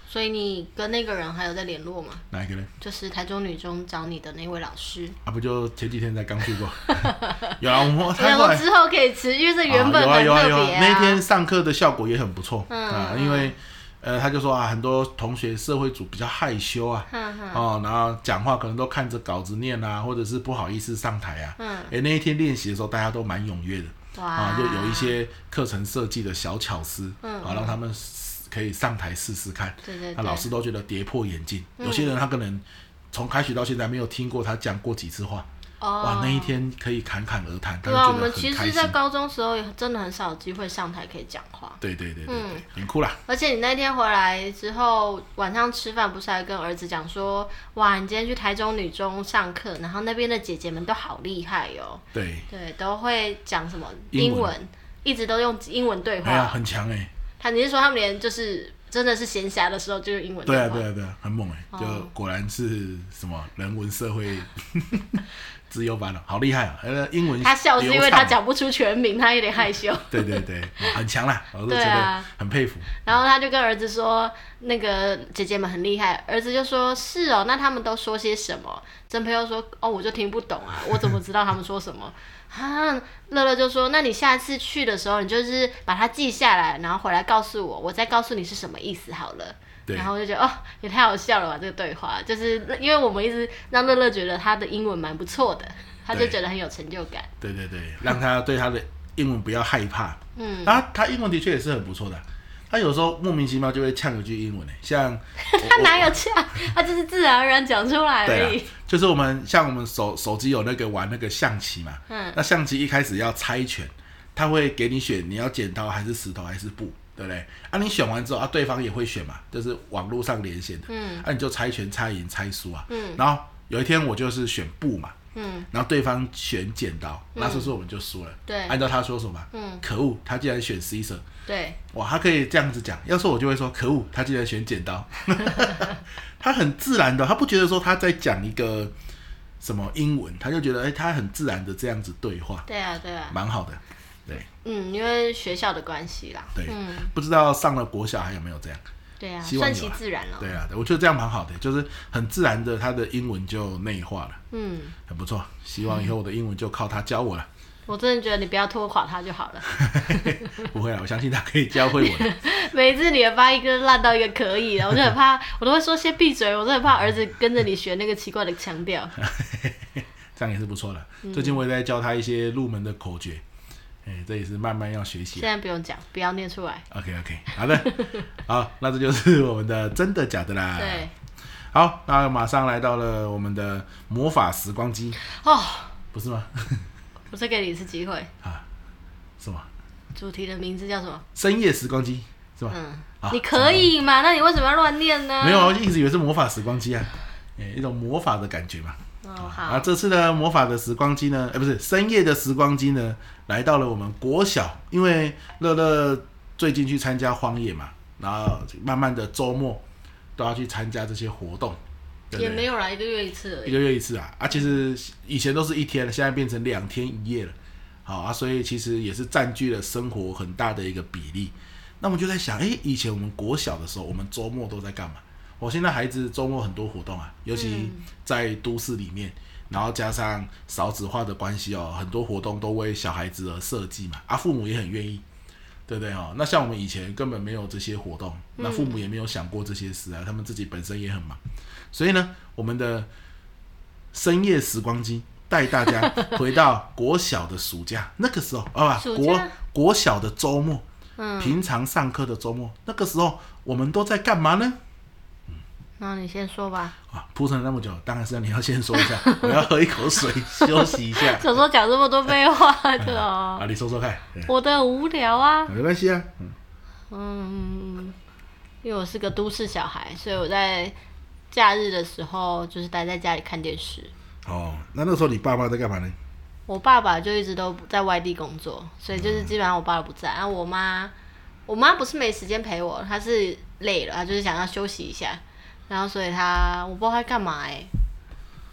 B: 所以你跟那个人还有在联络吗？
A: 哪一个呢？
B: 就是台中女中找你的那位老师。
A: 啊，不就前几天才刚 去过，有啊，我们
B: 然
A: 他后
B: 后
A: 来
B: 哎之后可以吃，因为这原本
A: 啊
B: 很
A: 有啊有啊
B: 特
A: 有
B: 别
A: 啊，那天上课的效果也很不错、
B: 嗯
A: 啊，
B: 嗯
A: 因为呃他就说啊，很多同学社会组比较害羞啊，
B: 哼哼
A: 哦，然后讲话可能都看着稿子念啊，或者是不好意思上台啊，
B: 嗯，
A: 哎、那一天练习的时候大家都蛮踊跃的。
B: 哇，
A: 啊，就有一些课程设计的小巧思，
B: 嗯
A: 啊，让他们试可以上台试试看。
B: 对对
A: 那
B: 对，嗯
A: 老师都觉得跌破眼镜，有些人他可能从开学到现在没有听过他讲过几次话，
B: 哦，
A: 哇，那一天可以侃侃而谈，他
B: 对啊，我
A: 就觉
B: 们
A: 得
B: 其
A: 很开
B: 实，
A: 心
B: 在。高中时候也真的很少有机会上台可以讲话。
A: 对对对对
B: 嗯
A: 对，很酷啦。
B: 而且你那天回来之后，晚上吃饭不是还跟儿子讲说，哇，你今天去台中女中上课，然后那边的姐姐们都好厉害哟、
A: 对，
B: 对，都会讲什么
A: 英文
B: 一直都用英文对
A: 哎呀，
B: 话。
A: 很强哎，
B: 他你是说他们连就是真的是闲暇的时候就是英文
A: 对
B: 对
A: 啊
B: 话？
A: 对啊对啊，很猛哎，就
B: 哦
A: 果然是什么人文社会 资优班了，好厉害啊！呃，英文
B: 他笑是因为他
A: 流畅啊
B: 讲不出全名，他有点害羞。
A: 对对对，哇很强 啦，我都觉
B: 对
A: 得
B: 啊
A: 很佩服。
B: 然后他就跟儿子说，那个姐姐们很厉害。儿子就说：“是哦，那他们都说些什么？”真朋友说：“哦，我就听不懂啊，我怎么知道他们说什么？” 啊，乐乐就说：“那你下次去的时候，你就是把它记下来，然后回来告诉我，我再告诉你是什么意思好了。”
A: 对
B: 然后我就觉得哦，也太好笑了吧！这个对话，就是因为我们一直让乐乐觉得他的英文蛮不错的，他就
A: 对
B: 觉得很有成就感。
A: 对对对，让他对他的英文不要害怕。
B: 嗯，
A: 他他英文的确也是很不错的，啊他有时候莫名其妙就会呛一句英文呢、欸像
B: 他哪有这样？他就是自然而然讲出来而
A: 对
B: 已
A: 啊。，就是我们像我们手手机有那个玩那个象棋嘛，
B: 嗯
A: 那象棋一开始要猜拳，他会给你选你要剪刀还是石头还是布，对不对？啊，你选完之后啊，对方也会选嘛，就是网络上连线的，
B: 嗯，
A: 啊，你就猜拳猜赢猜输啊，
B: 嗯，
A: 然后有一天我就是选布嘛，
B: 嗯
A: 然后对方选剪刀，那时候我们就输了，
B: 对
A: 按照他说什么，
B: 嗯，
A: 可恶，他竟然选 C 色，
B: 对。
A: 哇，他可以这样子讲，要是我就会说可恶，他竟然选剪刀， 他很自然的，他不觉得说他在讲一个什么英文，他就觉得哎、他很自然的这样子对话，
B: 对啊，对啊，
A: 蛮好的，对
B: 嗯，因为学校的关系啦，
A: 对，
B: 嗯，
A: 不知道上了国小还有没有这样，
B: 对啊，
A: 希望
B: 顺
A: 有啊
B: 其自然了，
A: 对啊，我觉得这样蛮好的，就是很自然的，他的英文就内化了，
B: 嗯，
A: 很不错，希望以后我的英文就靠他教我了，
B: 我真的觉得你不要拖垮他就好了。
A: 不会啊，我相信他可以教会我的。
B: 每一次你的发音跟烂到一个可以了，我就 很怕，我都会说先闭嘴，我真的很怕儿子跟着你学那个奇怪的 腔调。
A: 这样也是不错的。最近我也在教他一些入门的口诀，哎、这也是慢慢要学习
B: 现。在不用讲，不要念出来。
A: OK OK，好的， 好，那这就是我们的真的假的啦。
B: 对，
A: 好，那马上来到了我们的魔法时光机，
B: 哦，
A: 不是吗？
B: 我再给你一次机会，
A: 啊，什么
B: 主题的名字叫什么？
A: 深夜时光机是吧？
B: 嗯
A: 好，
B: 你可以嘛？那你为什么要乱念呢？
A: 没有啊，我一直以为是魔法时光机啊，哎、一种魔法的感觉嘛。
B: 哦，
A: 啊，
B: 好，
A: 这次的魔法的时光机呢，哎、不是深夜的时光机呢，来到了我们国小，因为乐乐最近去参加荒野嘛，然后慢慢的周末都要去参加这些活动，对不
B: 也没
A: 对？
B: 有啦，一个月一次而
A: 一
B: 已。
A: 个月一次啊，啊，其实以前都是一天了，现在变成两天一夜了。好啊，所以其实也是占据了生活很大的一个比例。那我们就在想，诶，以前我们国小的时候，我们周末都在干嘛？我现在孩子周末很多活动啊，尤其在都市里面，然后加上少子化的关系哦，很多活动都为小孩子而设计嘛，啊，父母也很愿意，对不对哦？那像我们以前根本没有这些活动，
B: 嗯
A: 那父母也没有想过这些事啊，他们自己本身也很忙，所以呢，我们的深夜时光机带大家回到国小的暑假，那个时候啊，
B: 暑
A: 国
B: 假
A: 国小的周末，
B: 嗯，
A: 平常上课的周末，那个时候我们都在干嘛呢？
B: 那你先说吧。
A: 啊，铺陈了那么久，当然是你要先说一下，我要喝一口水休息一 下。
B: 小时候讲这么多废话的哦，
A: 啊，你说说看，嗯
B: 我的很无聊啊。
A: 没关系啊，嗯
B: 嗯，因为我是个都市小孩，所以我在假日的时候就是待在家里看电视。
A: 哦，那那个时候你爸妈在干嘛呢？
B: 我爸爸就一直都在外地工作，所以就是基本上我爸爸不在。然后我妈，我妈不是没时间陪我，她是累了，她就是想要休息一下。然后所以她我不知道她干嘛哎、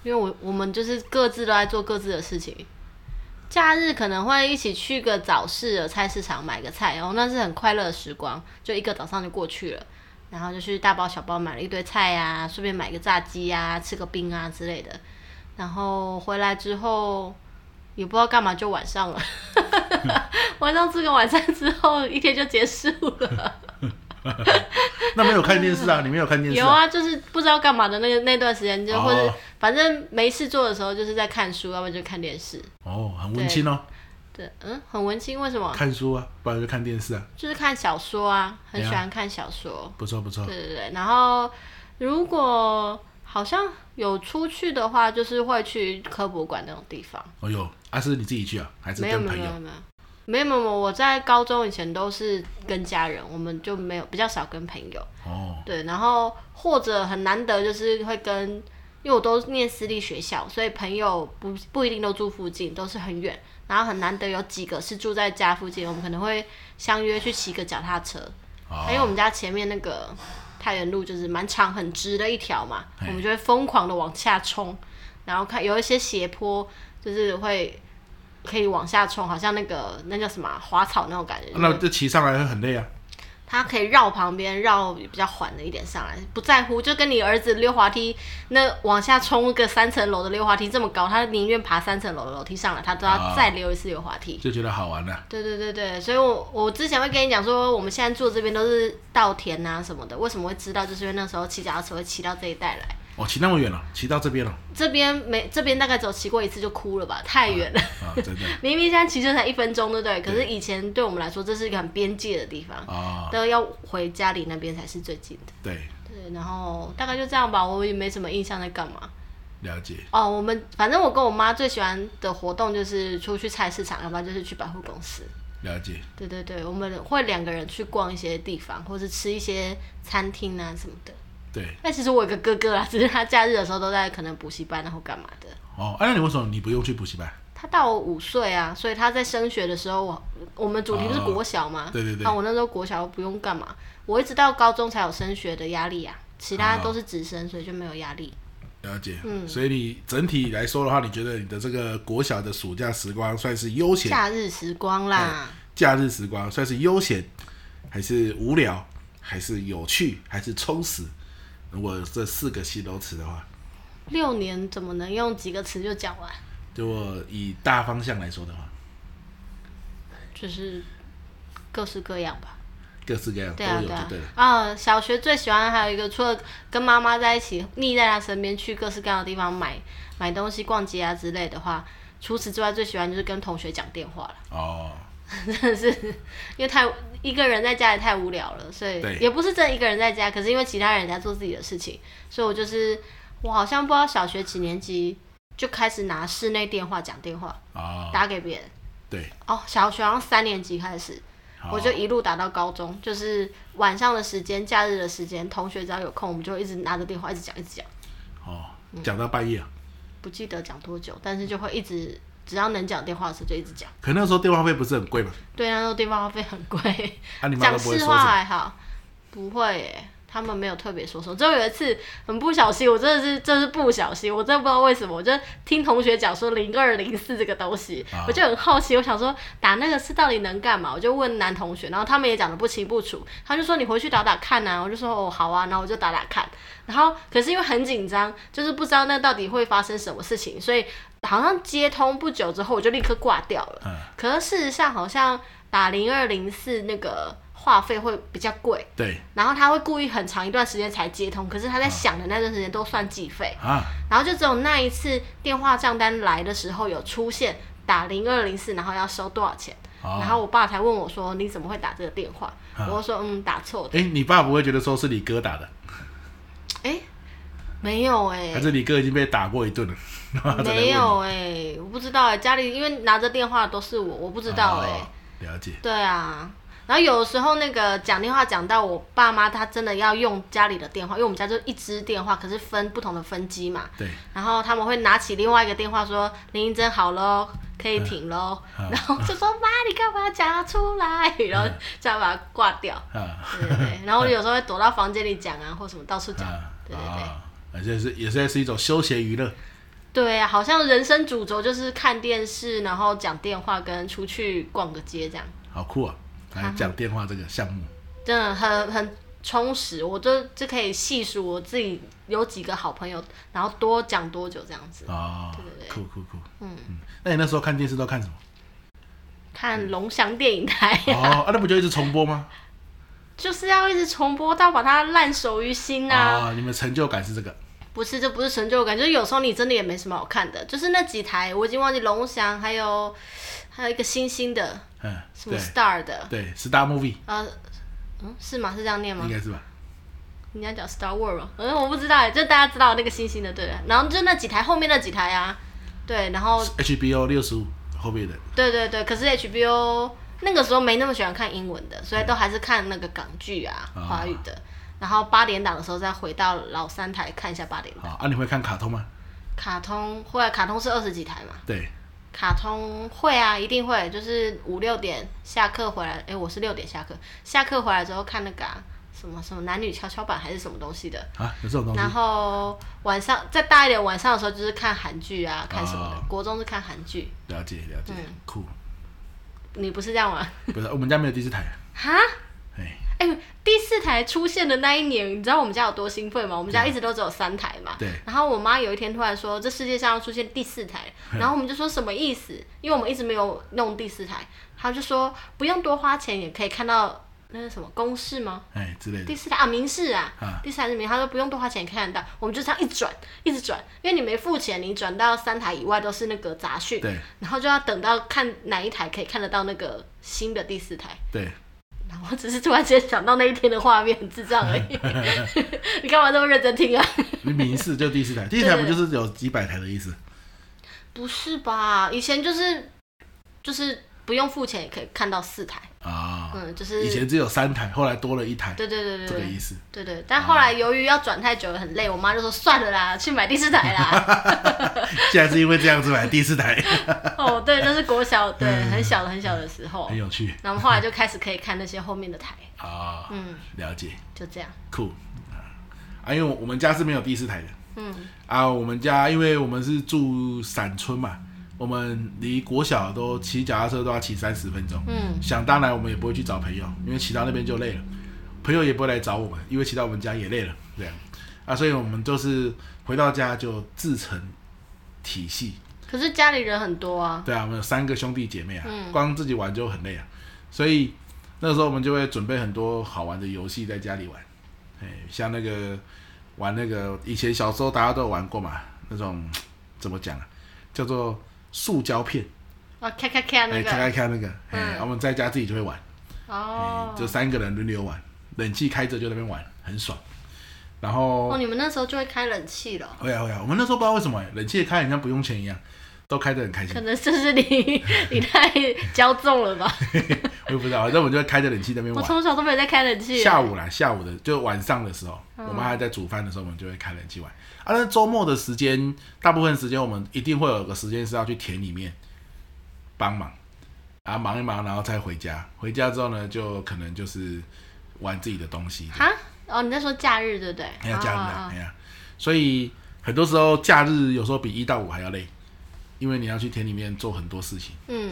B: 因为我我们就是各自都在做各自的事情。假日可能会一起去个早市的菜市场买个菜，然后那是很快乐的时光，就一个早上就过去了。然后就去大包小包买了一堆菜呀、顺便买个炸鸡呀、吃个冰啊之类的。然后回来之后，也不知道干嘛，就晚上了。 晚上吃个晚餐之后，一天就结束
A: 啊
B: 了。
A: 那没有看电视啊，你没有看电视、
B: 有
A: 啊？
B: 啊，就是不知道干嘛的那个那段时间，就
A: 哦
B: 或者反正没事做的时候，就是在看书，要不然就看电视。
A: 哦，很温馨哦，
B: 对，嗯，很文青，为什么？
A: 看书啊，不然就看电视啊，
B: 就是看小说啊，很
A: 对啊
B: 喜欢看小说。
A: 不错不错
B: 对。对对，然后如果好像有出去的话，就是会去科博馆那种地方。
A: 哦哟，啊是你自己去啊，还是
B: 没有
A: 跟
B: 没有
A: 朋
B: 没
A: 友？
B: 有没有没有没有，我在高中以前都是跟家人，我们就没有比较少跟朋友。
A: 哦，
B: 对，然后或者很难得就是会跟，因为我都念私立学校，所以朋友不不一定都住附近，都是很远，然后很难得有几个是住在家附近，我们可能会相约去骑个脚踏车，因为我
A: 哦，
B: 们家前面那个太原路就是蛮长很直的一条嘛，
A: 嘿
B: 我们就会疯狂的往下冲，然后看有一些斜坡就是会。可以往下冲，好像那个那叫什么啊滑草那种感觉，
A: 那就骑上来会很累啊。
B: 他可以绕旁边，绕比较缓的一点上来，不在乎，就跟你儿子溜滑梯，那往下冲个三层楼的溜滑梯这么高，他宁愿爬三层楼的楼梯上来，他都要
A: 啊
B: 再溜一次溜滑梯。
A: 就觉得好玩了、啊。
B: 对对对对，所以我我之前会跟你讲说，我们现在住的这边都是稻田啊什么的，为什么会知道？就是因为那时候骑脚踏车会骑到这一带来，
A: 哦，骑那么远了、骑到这边哦了、
B: 这边没这边大概只有骑过一次就哭了吧，太远了。
A: 啊，真的
B: 明明现在骑车才一分钟，对不对？可是
A: 对
B: 以前对我们来说，这是一个很边界的地方，
A: 啊、
B: 都要回家里那边才是最近的。
A: 对，
B: 对，然后大概就这样吧，我也没什么印象在干嘛。
A: 了解。
B: 哦，我们反正我跟我妈最喜欢的活动就是出去菜市场，要不然就是去百货公司。
A: 了解，
B: 对对对，我们会两个人去逛一些地方，或是吃一些餐厅啊什么的。
A: 对，
B: 但其实我有个哥哥啊 啦，只是他假日的时候都在可能补习班然后干嘛的。
A: 哦，啊，那你为什么你不用去补习班？
B: 他大我五岁啊，所以他在升学的时候，我我们主题不是
A: 哦
B: 国小嘛、
A: 对对对
B: 那、我那时候国小不用干嘛，我一直到高中才有升学的压力啊，其他都是直升，所以就没有压力。
A: 了解，嗯，所以你整体来说的话，你觉得你的这个国小的暑假时光算是悠闲，
B: 假日时光
A: 哎
B: 啦，
A: 假日时光算是悠闲，还是无聊，还是有趣，还是充实？如果这四个形容词的话，
B: 六年怎么能用几个词就讲完？
A: 就我以大方向来说的话，
B: 就是各式各样吧。
A: 各式各样都
B: 对
A: 有
B: 啊，对
A: 就
B: 啊
A: 对了。。
B: 啊，小学最喜欢还有一个，除了跟妈妈在一起腻在她身边，去各式各样的地方买买东西、逛街啊之类的话，除此之外最喜欢就是跟同学讲电话了。
A: 哦，
B: 真的是因为太一个人在家里太无聊了，所以
A: 对
B: 也不是真的一个人在家，可是因为其他人在做自己的事情，所以我就是我好像不知道小学几年级就开始拿室内电话讲电话
A: 哦，
B: 打给别人。
A: 对，哦
B: 哦，小学好像三年级开始，
A: 好
B: 我就一路打到高中，就是晚上的时间、假日的时间，同学只要有空，我们就一直拿着电话一直讲，一直讲，
A: 哦，讲到半夜啊，
B: 不记得讲多久，但是就会一直，只要能讲电话的时候就一直讲。
A: 可那时候电话费不是很贵嘛？
B: 对，那时候电话费很贵，
A: 啊，你妈
B: 讲
A: 都不会
B: 市
A: 说
B: 话
A: 什么？
B: 还好，不会耶，他们没有特别说什么，只有有一次很不小心，我真的是真是不小心，我真的不知道为什么，我就听同学讲说零二零四这个东西，
A: 啊
B: 我就很好奇，我想说打那个是到底能干嘛？我就问男同学，然后他们也讲的不清不楚，他就说你回去打打看啊，我就说哦好啊，然后我就打打看，然后可是因为很紧张，就是不知道那到底会发生什么事情，所以好像接通不久之后我就立刻挂掉了。
A: 嗯
B: 可是事实上好像打零二零四那个话费会比较贵。
A: 对
B: 然后他会故意很长一段时间才接通，可是他在响的那段时间都算计费，
A: 啊，
B: 然后就只有那一次电话账单来的时候有出现打零二零四，然后要收多少钱，
A: 哦啊
B: 然后我爸才问我说你怎么会打这个电话？我就说嗯打错的，
A: 哎、你爸不会觉得说是你哥打的，
B: 哎、没有哎、
A: 还是你哥已经被打过一顿了？ 然后他才来问
B: 没
A: 你
B: 有哎、我不知道哎、家里因为拿着电话都是我，我不知道哎、
A: 哦了解
B: 对啊。然后有时候那个讲电话讲到我爸妈，他真的要用家里的电话，因为我们家就一支电话，可是分不同的分机嘛。
A: 对。
B: 然后他们会拿起另外一个电话说：“林英珍好喽，可以停喽。
A: 嗯嗯
B: 然后就说：“妈，你干嘛讲出来？”然后再把它挂掉。
A: 啊
B: 对对 对。然后我有时候会躲到房间里讲啊，或什么到处讲。
A: 啊
B: 对对对。
A: 啊！而且是也是是一种休闲娱乐，
B: 对啊，好像人生主轴就是看电视，然后讲电话，跟出去逛个街这样，
A: 好酷啊！来讲电话这个项目，
B: 真的很很充实。我就就可以细数我自己有几个好朋友，然后多讲多久这样子。
A: 哦
B: 对对，对
A: 酷酷酷，
B: 嗯
A: 嗯，那你那时候看电视都 看什么？
B: 看龙翔电影台、
A: 哦，啊，那不就一直重播吗？
B: 就是要一直重播到把它烂熟于心啊！
A: 啊，你们成就感是这个
B: 不是，这不是成就感，就是有时候你真的也没什么好看的，就是那几台我已经忘记龙翔，还有还有一个星星的
A: 嗯，
B: 什么
A: 对
B: Star 的，
A: 对，Star Movie
B: 呃，嗯，是吗？是这样念吗
A: 应？该是吧？
B: 你要讲 Star War 吗？嗯，我不知道欸，就大家知道那个星星的对，然后就那几台后面那几台啊，对，然后
A: HBO 六十五后面的
B: 对对对，可是 HBO 那个时候没那么喜欢看英文的，所以都还是看那个港剧啊，
A: 啊
B: 华语的。然后八点档的时候再回到老三台看一下八点档。
A: 啊啊，你会看卡通吗？
B: 卡通会啊，卡通是二十几台嘛？
A: 对，
B: 卡通会啊，一定会，就是五六点下课回来，诶，我是六点下课，下课回来之后看那个、啊、什么什么男女跷跷板还是什么东西的，
A: 啊，有这种东西
B: 然后晚上再大一点，晚上的时候就是看韩剧啊，看什么的。
A: 哦
B: 国中是看韩剧，
A: 了解了解，
B: 嗯
A: 酷，
B: 你不是这样吗？
A: 不是我们家没有第四台，
B: 哈？
A: 哎，
B: 哎、第四台出现的那一年，你知道我们家有多兴奋吗？我们家一直都只有三台嘛。
A: 对
B: 然后我妈有一天突然说，这世界上要出现第四 台，然后我们就说什么意思？因为我们一直没有弄第四台，她就说不用多花钱也可以看到那个什么公式吗？
A: 哎之类的
B: 第四台啊，明视啊，
A: 啊
B: 第三是明，他说不用多花钱也看得到，我们就这样一转一直转，因为你没付钱，你转到三台以外都是那个杂讯，
A: 对
B: 然后就要等到看哪一台可以看得到那个新的第四台。
A: 对，
B: 然后我只是突然间想到那一天的画面，很智障而已。 你干嘛这么认真听啊？
A: 你明视就第四 台，第四台不就是有几百台的意思？
B: 不是吧？以前就是就是不用付钱也可以看到四台，
A: 啊，
B: 嗯，就是
A: 以前只有三台，后来多了一台，
B: 对对对对
A: 这个
B: 对
A: 意思。
B: 对对，但后来由于要转太久了很累，我妈就说算了啦，去买第四台啦。
A: 现在是因为这样子买第四 台，
B: 哦，对，那是国小，对，
A: 嗯
B: 很小的很小的时候
A: 很，有趣
B: 然后后来就开始可以看那些后面的台，
A: 啊。
B: 嗯，
A: 了解，
B: 就这样，
A: 酷啊，因为我们家是没有第四台的
B: 嗯，
A: 啊。我们家因为我们是住散村嘛，我们离国小都骑脚踏车都要骑三十分钟。
B: 嗯，
A: 想当然，我们也不会去找朋友，因为骑到那边就累了，朋友也不会来找我们，因为骑到我们家也累了，这样啊，所以我们就是回到家就自成体系，
B: 可是家里人很多啊，
A: 对啊，我们有三个兄弟姐妹啊，
B: 嗯
A: 光自己玩就很累啊，所以那时候我们就会准备很多好玩的游戏在家里玩，哎，像那个玩那个以前小时候大家都有玩过嘛，那种怎么讲啊，叫做塑胶片，
B: 啊，咔咔咔
A: 哎，
B: 那
A: 开开
B: 个，
A: 开那个，哎，
B: 嗯
A: 我们在家自己就会玩，哎
B: 哦，
A: 就三个人轮流玩，冷气开着就在那边玩，很爽。然后
B: 哦，你们那时候就会开冷气了，
A: 会啊会啊，我们那时候不知道为什么、哎冷气开很像不用钱一样，都开得很开心
B: 可。能就是你你太骄纵了吧？
A: 我也不知道，反正我们就会开着冷气在那边
B: 我
A: 玩。
B: 从小都没有在开冷气，
A: 下午啦，下午的就晚上的时候，我妈还在煮饭的时候，我们就会开冷气玩。啊，那周末的时间，大部分时间我们一定会有个时间是要去田里面帮忙，啊，忙一忙，然后再回家。回家之后呢，就可能就是玩自己的东西。
B: 哈，哦，你在说假日对不对？
A: 还有假日
B: 哦
A: 啊，
B: 哦
A: 哎呀，所以很多时候假日有时候比一到五还要累，因为你要去田里面做很多事情，
B: 嗯，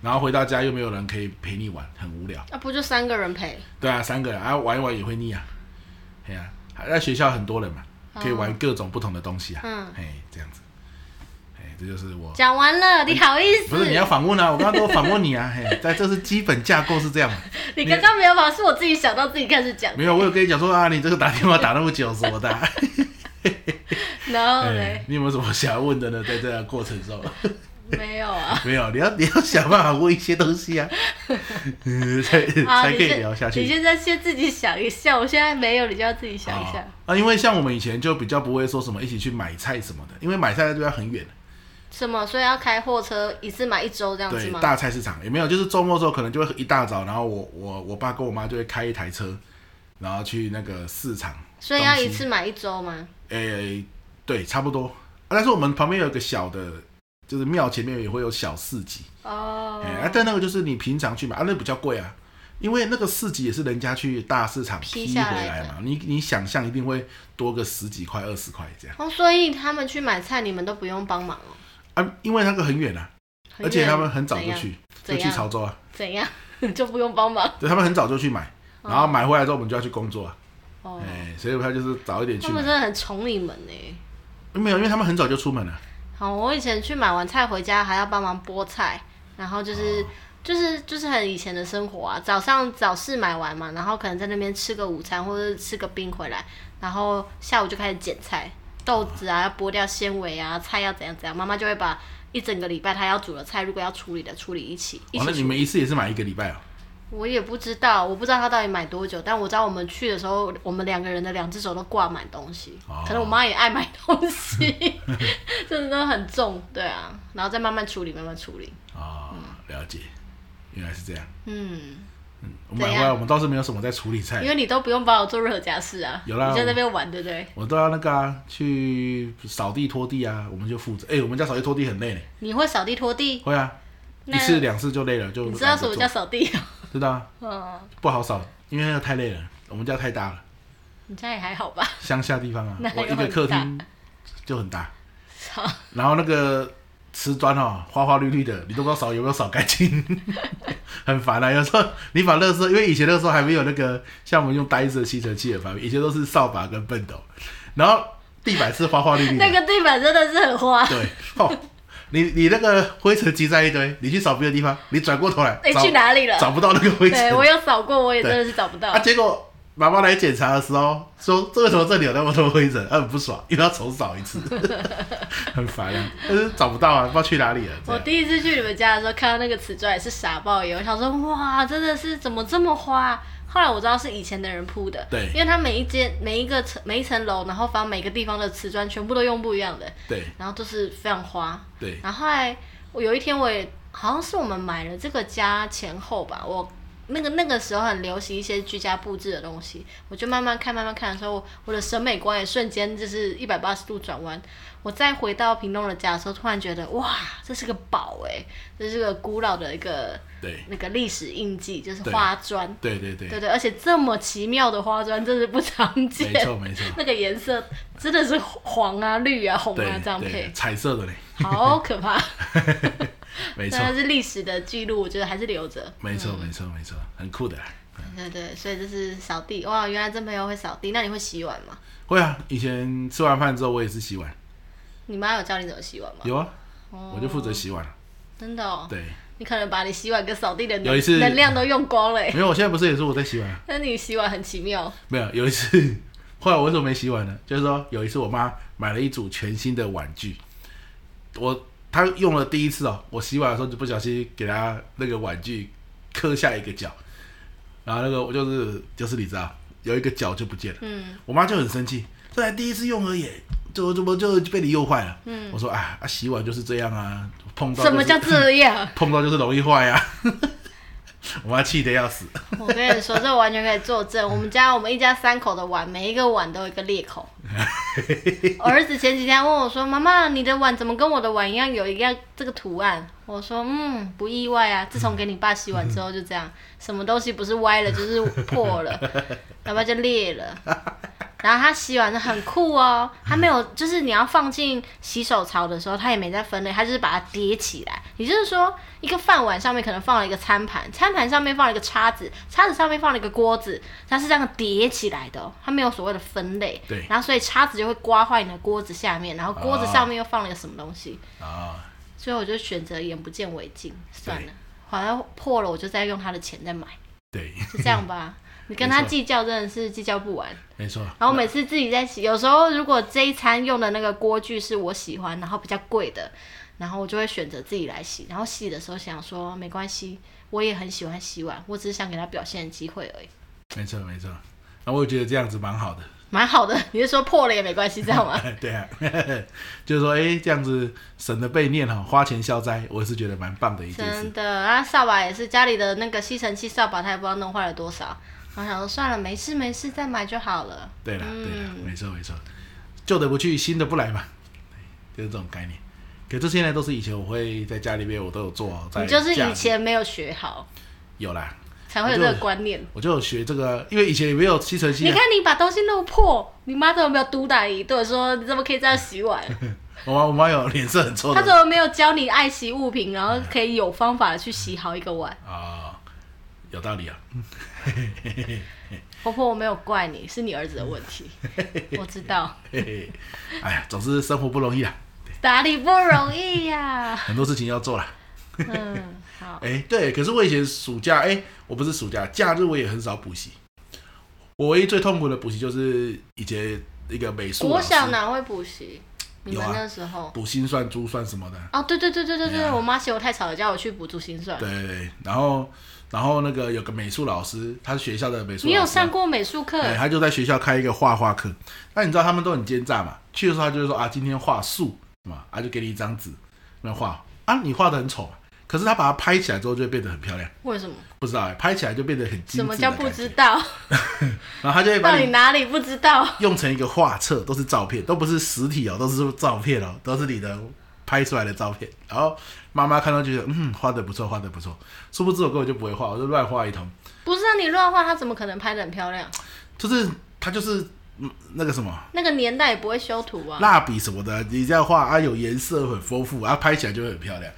A: 然后回到家又没有人可以陪你玩，很无聊。
B: 那、啊不就三个人陪？
A: 对啊，三个人啊玩一玩也会腻啊，哎呀、还在学校很多人嘛，可以玩各种不同的东西啊，
B: 哦嗯
A: 哎这样子，哎这就是我。
B: 讲完了，你好意思？
A: 不是你要访问啊！我刚刚都访问你啊，嘿，在这是基本架构是这样嘛？
B: 你刚刚没有吧？是我自己想到自己开始讲，
A: 没有，我有跟你讲说啊，你这个打电话打那么久什么的啊、
B: 然后
A: 哎
B: 嘞，
A: 你有没有什么想要问的呢？在这个过程中，
B: 没有 啊。
A: 没有，你要你要想办法问一些东西啊， 嗯才
B: 啊，
A: 才
B: 你
A: 可以
B: 先
A: 聊下
B: 你
A: 去。
B: 现在先自己想一下，我现在没有，你就要自己想一下。
A: 啊啊，因为像我们以前就比较不会说什么一起去买菜什么的，因为买菜对方很远，
B: 什么？所以要开货车一次买一周这样子
A: 对，
B: 吗？
A: 大菜市场也没有，就是周末的时候可能就会一大早，然后我我我爸跟我妈就会开一台车，然后去那个市场。
B: 所以要一
A: 东西
B: 次买一周吗？
A: 诶、对，差不多。啊但是我们旁边有一个小的，就是庙前面也会有小市集，
B: 哦
A: 哎、，啊但那个就是你平常去买，啊，那比较贵啊，因为那个市集也是人家去大市场批
B: 批
A: 回
B: 下来
A: 来
B: 的
A: 嘛，你你想象一定会多个十几块、二十块这样
B: 哦，所以他们去买菜，你们都不用帮忙哦。
A: 啊，因为那个很远啊，
B: 很
A: 而且
B: 远
A: 他们很早
B: 怎
A: 就
B: 样
A: 去，就
B: 怎
A: 去
B: 样
A: 潮州啊，
B: 怎样 就不用帮忙
A: 对他们很早就去买，然后买回来之后我们就要去工作啊，
B: 哦
A: 哎、。所以他就是早一点
B: 他
A: 去
B: 们
A: 买，哎
B: 真的很宠你们呢。
A: 没有，因为他们很早就出门了，
B: 好，我以前去买完菜回家还要帮忙剥菜，然后就是、
A: 哦
B: 就是就是很以前的生活啊。早上早市买完嘛，然后可能在那边吃个午餐或者吃个冰回来，然后下午就开始剪菜，豆子啊要剥掉纤维啊，菜要怎样怎样，妈妈就会把一整个礼拜她要煮的菜，如果要处理的处理一起一
A: 完了
B: 起
A: 哦你
B: 处理。
A: 们一次也是买一个礼拜哦，
B: 我也不知道，我不知道她到底买多久，但我知道我们去的时候，我们两个人的两只手都挂满东西，
A: 哦
B: 可能我妈也爱买东西， 真的很重，对啊，然后再慢慢处理，慢慢处理，
A: 啊、了解，原来是这样。
B: 嗯，
A: 我买
B: 怎
A: 回
B: 样
A: 来，我们倒是没有什么在处理
B: 因
A: 菜，
B: 为你都不用帮我做任何家事啊，
A: 哎有啦
B: 你在那边玩，对不对？
A: 我都要那个、啊、去扫地拖地啊，我们就负责。哎、我们家扫地拖地很累呢，
B: 你会扫地拖地，
A: 会啊，一
B: 那
A: 次两次就累了，就
B: 你知道
A: 懒
B: 什
A: 得
B: 么
A: 做
B: 叫扫地？
A: 知道啊，
B: 嗯，
A: 不好扫，因为那个太累了，我们家太大了，
B: 你家也还好吧？
A: 乡下地方啊
B: 那，还
A: 我
B: 有
A: 一个
B: 很
A: 客
B: 大
A: 厅就很大，
B: 好
A: 然后那个瓷砖哦，花花绿绿的，你都不知道扫有没有扫干净， 很烦啊。有时候你把垃圾，因为以前那时候还没有那个像我们用呆子的吸尘器的方面，以前都是扫把跟畚斗，然后地板是花花绿绿的，
B: 那个地板真的是很花，
A: 啊对，哦，你你那个灰尘积在一堆，你去扫别的地方，你转过头来
B: 哎，
A: 找
B: 去哪里了？
A: 找不到那个灰
B: 对，我
A: 尘
B: 有扫过，我也真的是找不到
A: 啊，。结果。妈妈来检查的时候说：“这为什么这里有那么多灰尘？”啊，很不爽，又要重扫一 次，很烦啊，但是找不到啊，不知道去哪里了。这
B: 我
A: 样
B: 第一次去你们家的时候，看到那个瓷砖也是傻爆眼，我想说哇，真的是怎么这么花？后来我知道是以前的人铺的，
A: 对
B: 因为它每一间、每一个层、每一层楼，然后反正每个地方的瓷砖全部都用不一样的，
A: 对
B: 然后都是非常花。
A: 对，
B: 然后后来我有一天我也好像是我们买了这个家前后吧，我那个那个时候很流行一些居家布置的东西，我就慢慢看慢慢看的时候，我我的审美观也瞬间就是一百八十度转弯。我再回到屏东的家的时候，突然觉得哇，这是个宝哎、这是个古老的一个
A: 对
B: 那个历史印记，就是
A: 对
B: 花砖，
A: 对对对，
B: 对对，而且这么奇妙的花砖真是不常见，
A: 没错没错，
B: 那个颜色真的是黄啊、绿啊、红
A: 对
B: 啊这样
A: 对
B: 配，
A: 彩色的 嘞，
B: 好可怕。
A: 没错
B: 但是历史的记录，我觉得还是留着。
A: 没错没错没错，很酷的啦。
B: 对对，所以就是扫地。哇，原来真朋友会扫地，那你会洗碗吗？
A: 会啊，以前吃完饭之后我也是洗碗，
B: 你妈有教你怎么洗碗吗？
A: 有啊，我就负责洗碗了。
B: 真的哦，
A: 对，
B: 你可能把你洗碗跟扫地的
A: 有一次
B: 能能量都用光了欸。
A: 没有，我现在不是也是我在洗碗啊。
B: 那你洗碗很奇妙，
A: 没有，有一次， 后来我为什么没洗碗呢？就是说有一次我妈买了一组全新的碗具，我她用了第一次哦，我洗碗的时候就不小心给她那个碗具磕下一个角，然后那个我就是就是你知道有一个角就不见了，
B: 嗯，
A: 我妈就很生气，这才第一次用而已。就怎么就被你用坏了？嗯，我说啊啊，洗碗就是这样啊，碰到、就
B: 什
A: 是、
B: 么叫这样？
A: 碰到就是容易坏啊。 我妈气得要死。
B: 我跟你说，这完全可以作证。我们家我们一家三口的碗，每一个碗都有一个裂口。我儿子前几天问我说：“妈妈，你的碗怎么跟我的碗一样有一样这个图案？”我说：“嗯，不意外啊，自从给你爸洗碗之后就这样，什么东西不是歪了就是破了，要不然就裂了。”然后他洗碗的很酷哦，他没有，就是你要放进洗手槽的时候，他也没在分类，他就是把它叠起来。也就是说，一个饭碗上面可能放了一个餐盘，餐盘上面放了一个叉子，叉子上面放了一个锅子，它是这样叠起来的、哦，它没有所谓的分类。
A: 对
B: 然后所以叉子就会刮坏你的锅子下面，然后锅子上面又放了一个什么东西，
A: 啊，
B: 所以我就选择眼不见为净，算了，好像破了我就再用他的钱再买，
A: 对，
B: 就这样吧。你跟他
A: 没错
B: 计较真的是计较不完。
A: 没错。
B: 然后每次自己在洗，有时候如果这一餐用的那个锅具是我喜欢，然后比较贵的，然后我就会选择自己来洗。然后洗的时候想说没关系，我也很喜欢洗碗，我只是想给他表现的机会而已，
A: 没错没错，那我也觉得这样子蛮好的。
B: 蛮好的。 你是说破了也没关系，这样吗？
A: 对啊，就是说，哎、这样子省得被念哈，花钱消灾，我也是觉得蛮棒的一件事
B: 真。的，啊，扫把也是家里的那个吸尘器扫把，他也不知道弄坏了多少。然后想说算了，没事没事，再买就好了。
A: 对啦，对啦，没错没错，旧的不去，新的不来嘛，对就是这种概念。可这现在都是以前我会在家里面我都有做哦，在
B: 你就是
A: 家
B: 以
A: 里
B: 前没有学好，
A: 有啦，
B: 才会有这个观念。
A: 我就有学这个，因为以前也没有吸尘器、
B: 你
A: 啊
B: 看，你把东西弄破，你妈都有没有毒打你一顿，说你怎么可以这样洗碗？
A: 我妈我妈有脸色很臭
B: 她
A: 的
B: 怎么没有教你爱惜物品，然后可以有方法的去洗好一个碗？
A: 啊、有道理啊，
B: 婆婆，我没有怪你，是你儿子的问 题，我知道，
A: 嘿嘿，哎呀，总之生活不容易啦，啊
B: 打理不容易呀、
A: 很多事情要做啦。
B: 嗯，好，
A: 哎、对，可是我以前暑假，哎、我不是暑假，假日我也很少补习。我唯一最痛苦的补习就是以前一个美术老
B: 国
A: 师
B: 小哪会补习？你们
A: 有啊
B: 那时候？
A: 补心算、珠算什么的，
B: 哦，对对对对对对，
A: 对啊
B: 我妈嫌我太吵了，叫我去补助心算。
A: 对对对。然后，然后那个有个美术老师，他是学校的美术老师，
B: 你有上过美术课？
A: 对，啊他就在学校开一个画画课。那你知道他们都很奸诈嘛？去的时候他就是说啊，今天画树嘛，啊就给你一张纸，那画啊你画的很丑啊，可是他把它拍起来之后就会变得很漂亮。
B: 为什么？
A: 不知道哎、拍起来就变得很精致。
B: 什么叫不知？道？
A: 啊 然后他就会把
B: 到
A: 你
B: 底哪里不知道？
A: 用成一个画册，都是照片，都不是实体哦，都是照片哦，都是你的拍出来的照片。然后妈妈看到就觉得，嗯，画的不错，画的不错。殊不知我根本就不会画，我就乱画一通。
B: 不是啊，你乱画，她怎么可能拍的很漂亮？
A: 就是他就是嗯那个什么
B: 那个年代也不会修图啊。
A: 蜡笔什么的，你这样画啊，有颜色很丰富啊，拍起来就会很漂亮。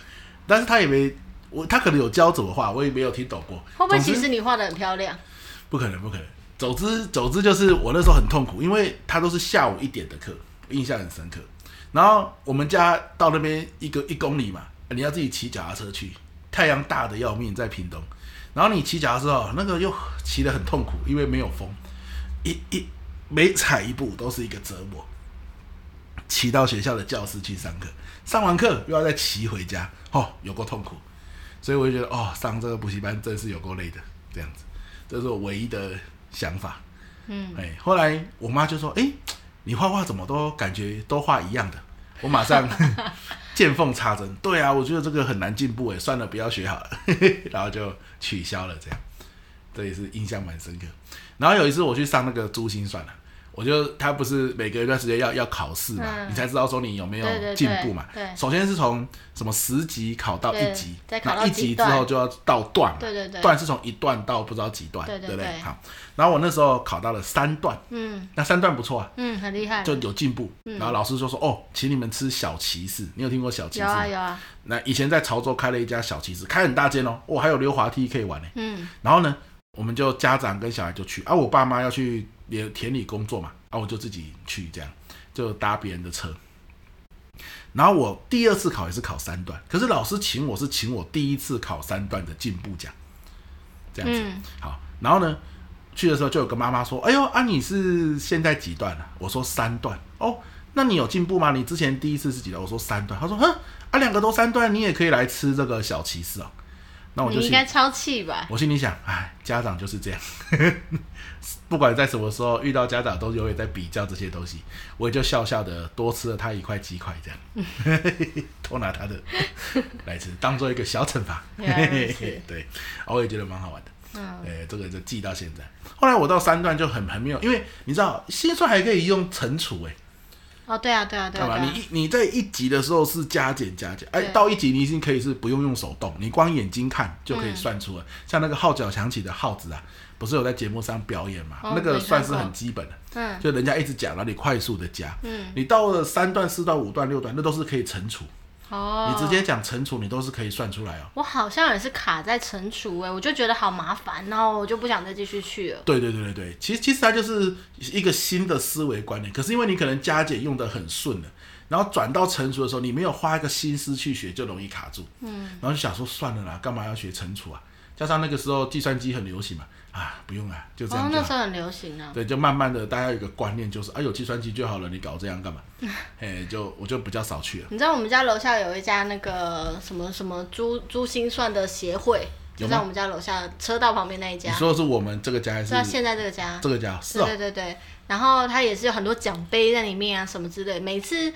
A: 但是他也没我，他可能有教怎么画，我也没有听懂过。
B: 会不会
A: 总之
B: 其实你画的很漂亮？
A: 不可能，不可能。总之，总之就是我那时候很痛苦，因为他都是下午一点的课，印象很深刻。然后我们家到那边一个一公里嘛，呃你要自己骑脚踏车去，太阳大的要命，在屏东。然后你骑脚踏车哦，那个又骑得很痛苦，因为没有风，一一每踩一步都是一个折磨。骑到学校的教室去上课，上完课又要再骑回家，哦，有够痛苦。所以我就觉得，哦，上这个补习班真是有够累的，这样子，这是我唯一的想法。
B: 嗯，
A: 哎、后来我妈就说：“哎、你画画怎么都感觉都画一样的？”我马 上见缝插针，对啊，我觉得这个很难进步哎，算了，不要学好了， 然后就取消了这样。这也是印象蛮深刻。然后有一次我去上那个珠心算了、我就他不是每隔一段时间要要考试嘛，
B: 嗯
A: 你才知道说你有没有
B: 对对对
A: 进步嘛。
B: 对
A: 首先是从什么十级考到
B: 对
A: 一级，
B: 再考到
A: 那一
B: 几
A: 级之
B: 段
A: 后就要到段嘛。
B: 对对对
A: 段是从一段到不知道几段，
B: 对对
A: 不对？
B: 对
A: 好，然后我那时候考到了三段，
B: 嗯
A: 那三段不错啊，
B: 嗯，很厉害。
A: 就有进步。
B: 嗯
A: 然后老师就说：“哦，请你们吃小骑士。”你有听过小骑士
B: 有
A: 吗？
B: 啊有啊，
A: 那以前在潮州开了一家小骑士，开很大间哦，哦，还有溜滑梯可以玩呢。
B: 嗯
A: 然后呢，我们就家长跟小孩就去啊，我爸妈要去田田里工作嘛，啊，我就自己去这样，就搭别人的车。然后我第二次考也是考三段，可是老师请我是请我第一次考三段的进步奖，这样子。
B: 嗯，
A: 好，然后呢，去的时候就有个妈妈说：“哎呦，啊你是现在几段了、啊我说：“三段。”哦，那你有进步吗？你之前第一次是几段？我说：“三段。”她说：“哼，啊两个都三段，你也可以来吃这个小骑士哦。”那我
B: 你
A: 就
B: 应
A: 心
B: 该超气吧？
A: 我心里想，哎，家长就是这样， 不管在什么时候遇到家长，都永远在比较这些东西。我也就笑笑的多吃了他一块鸡块，这样 偷拿他的 来吃，当做一个小惩罚。
B: 原来如此
A: 对，哦我也觉得蛮好玩的。
B: 嗯，
A: 哎、这个就记到现在。后来我到三段就很很没有，因为你知道心算还可以用乘除、哎，
B: 哦，对啊，对啊，对啊，
A: 干
B: 对
A: 嘛？
B: 啊
A: 你，一你在一集的时候是加减加减，哎，
B: 对
A: 到一集你已经可以是不用用手动，你光眼睛看就可以算
B: 嗯
A: 出了。像那个号角响起的号子啊，不是有在节目上表演嘛？
B: 哦
A: 那个
B: 没看
A: 算是很
B: 过
A: 基本的，
B: 嗯
A: 就人家一直讲，然后你快速的加。
B: 嗯，
A: 你到了三段、四段、五段、六段，那都是可以乘除。
B: 哦，
A: 你直接讲乘除，你都是可以算出来哦。
B: 我好像也是卡在成熟哎、我就觉得好麻烦哦，我就不想再继续去了。
A: 对对对对对，其实其实它就是一个新的思维观念，可是因为你可能加减用的很顺了，然后转到乘除的时候，你没有花一个心思去学，就容易卡住。嗯，然后就想说算了啦，干嘛要学乘除啊？加上那个时候计算机很流行嘛，啊，不用啦，就这
B: 哦
A: 样，就
B: 那
A: 好。
B: 时候很流行啊。
A: 对，就慢慢的，大家有一个观念就是，啊，有计算机就好了，你搞这样 干嘛？哎，就我就比较少去了。
B: 你知道我们家楼下有一家那个什么什么珠珠心算的协会，
A: 有
B: 就
A: 吗
B: 在我们家楼下车道旁边那一
A: 你
B: 家，
A: 说的是我们这个家还
B: 就在
A: 是
B: 现在这个家。
A: 这个家？是
B: 对
A: 哦，
B: 对对对，然后它也是有很多奖杯在里面啊，什么之类。每次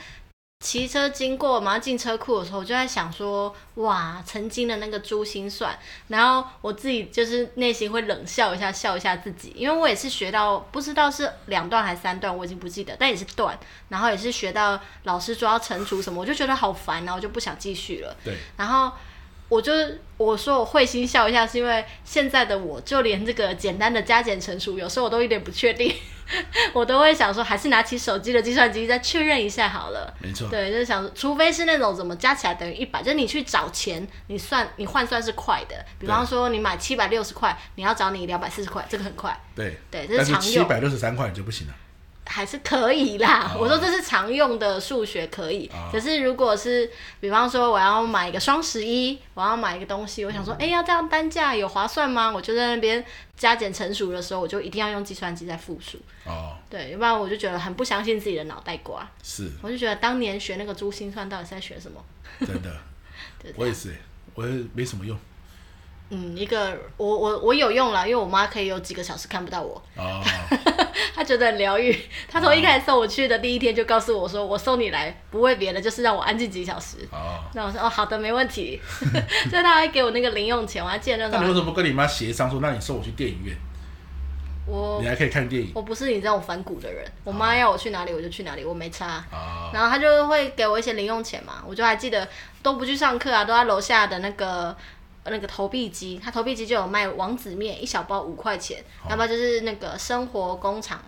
B: 骑车经过马上进车库的时候，我就在想说，哇，曾经的那个珠心算，然后我自己就是内心会冷笑一下，笑一下自己，因为我也是学到不知道是两段还是三段，我已经不记得，但也是段，然后也是学到老师说要乘除什么，我就觉得好烦啊，然后我就不想继续了。
A: 对，
B: 然后我就我说我会心笑一下，是因为现在的我就连这个简单的加减乘除，有时候我都有点不确定， 我都会想说还是拿起手机的计算机再确认一下好了。
A: 没错。
B: 对，就是想，除非是那种怎么加起来等于一百，就是你去找钱，你算你换算是快的，比方说你买七百六十块，你要找你两百四十块，这个很快，
A: 对，
B: 对这是
A: 但是
B: 常
A: 七
B: 用
A: 百六十三块你就不行了。
B: 还是可以啦。
A: 哦
B: 我说这是常用的数学可以，
A: 哦
B: 可是如果是比方说我要买一个双十一，我要买一个东西，我想说，哎、要这样单价有划算吗？我就在那边加减乘除的时候，我就一定要用计算机在复数，
A: 哦，
B: 对，要不然我就觉得很不相信自己的脑袋瓜，
A: 是。
B: 我就觉得当年学那个珠心算到底是在学什么？
A: 真的
B: 对，
A: 我也是，我也没什么用
B: 嗯，一个我我我有用了，因为我妈可以有几个小时看不到我，
A: 哦。
B: 她觉得很疗愈。她从一开始送我去的第一天就告诉我说，我送你来不为别的，就是让我安静几小时。
A: 哦，
B: 那我说哦，好的，没问题。 所以他还给我那个零用钱，我还记得 那
A: 那你为
B: 时
A: 什
B: 候
A: 么不跟你妈协商说，那你送我去电影院，
B: 我
A: 你还可以看电影
B: 我不是你这种反骨的人，我妈要我去哪里我就去哪里，我没差。
A: 哦，
B: 然后他就会给我一些零用钱嘛，我就还记得都不去上课啊，都在楼下的那个那个投币机，他投币机就有卖王子面一小包五块钱，要不然就是那个生活工厂嘛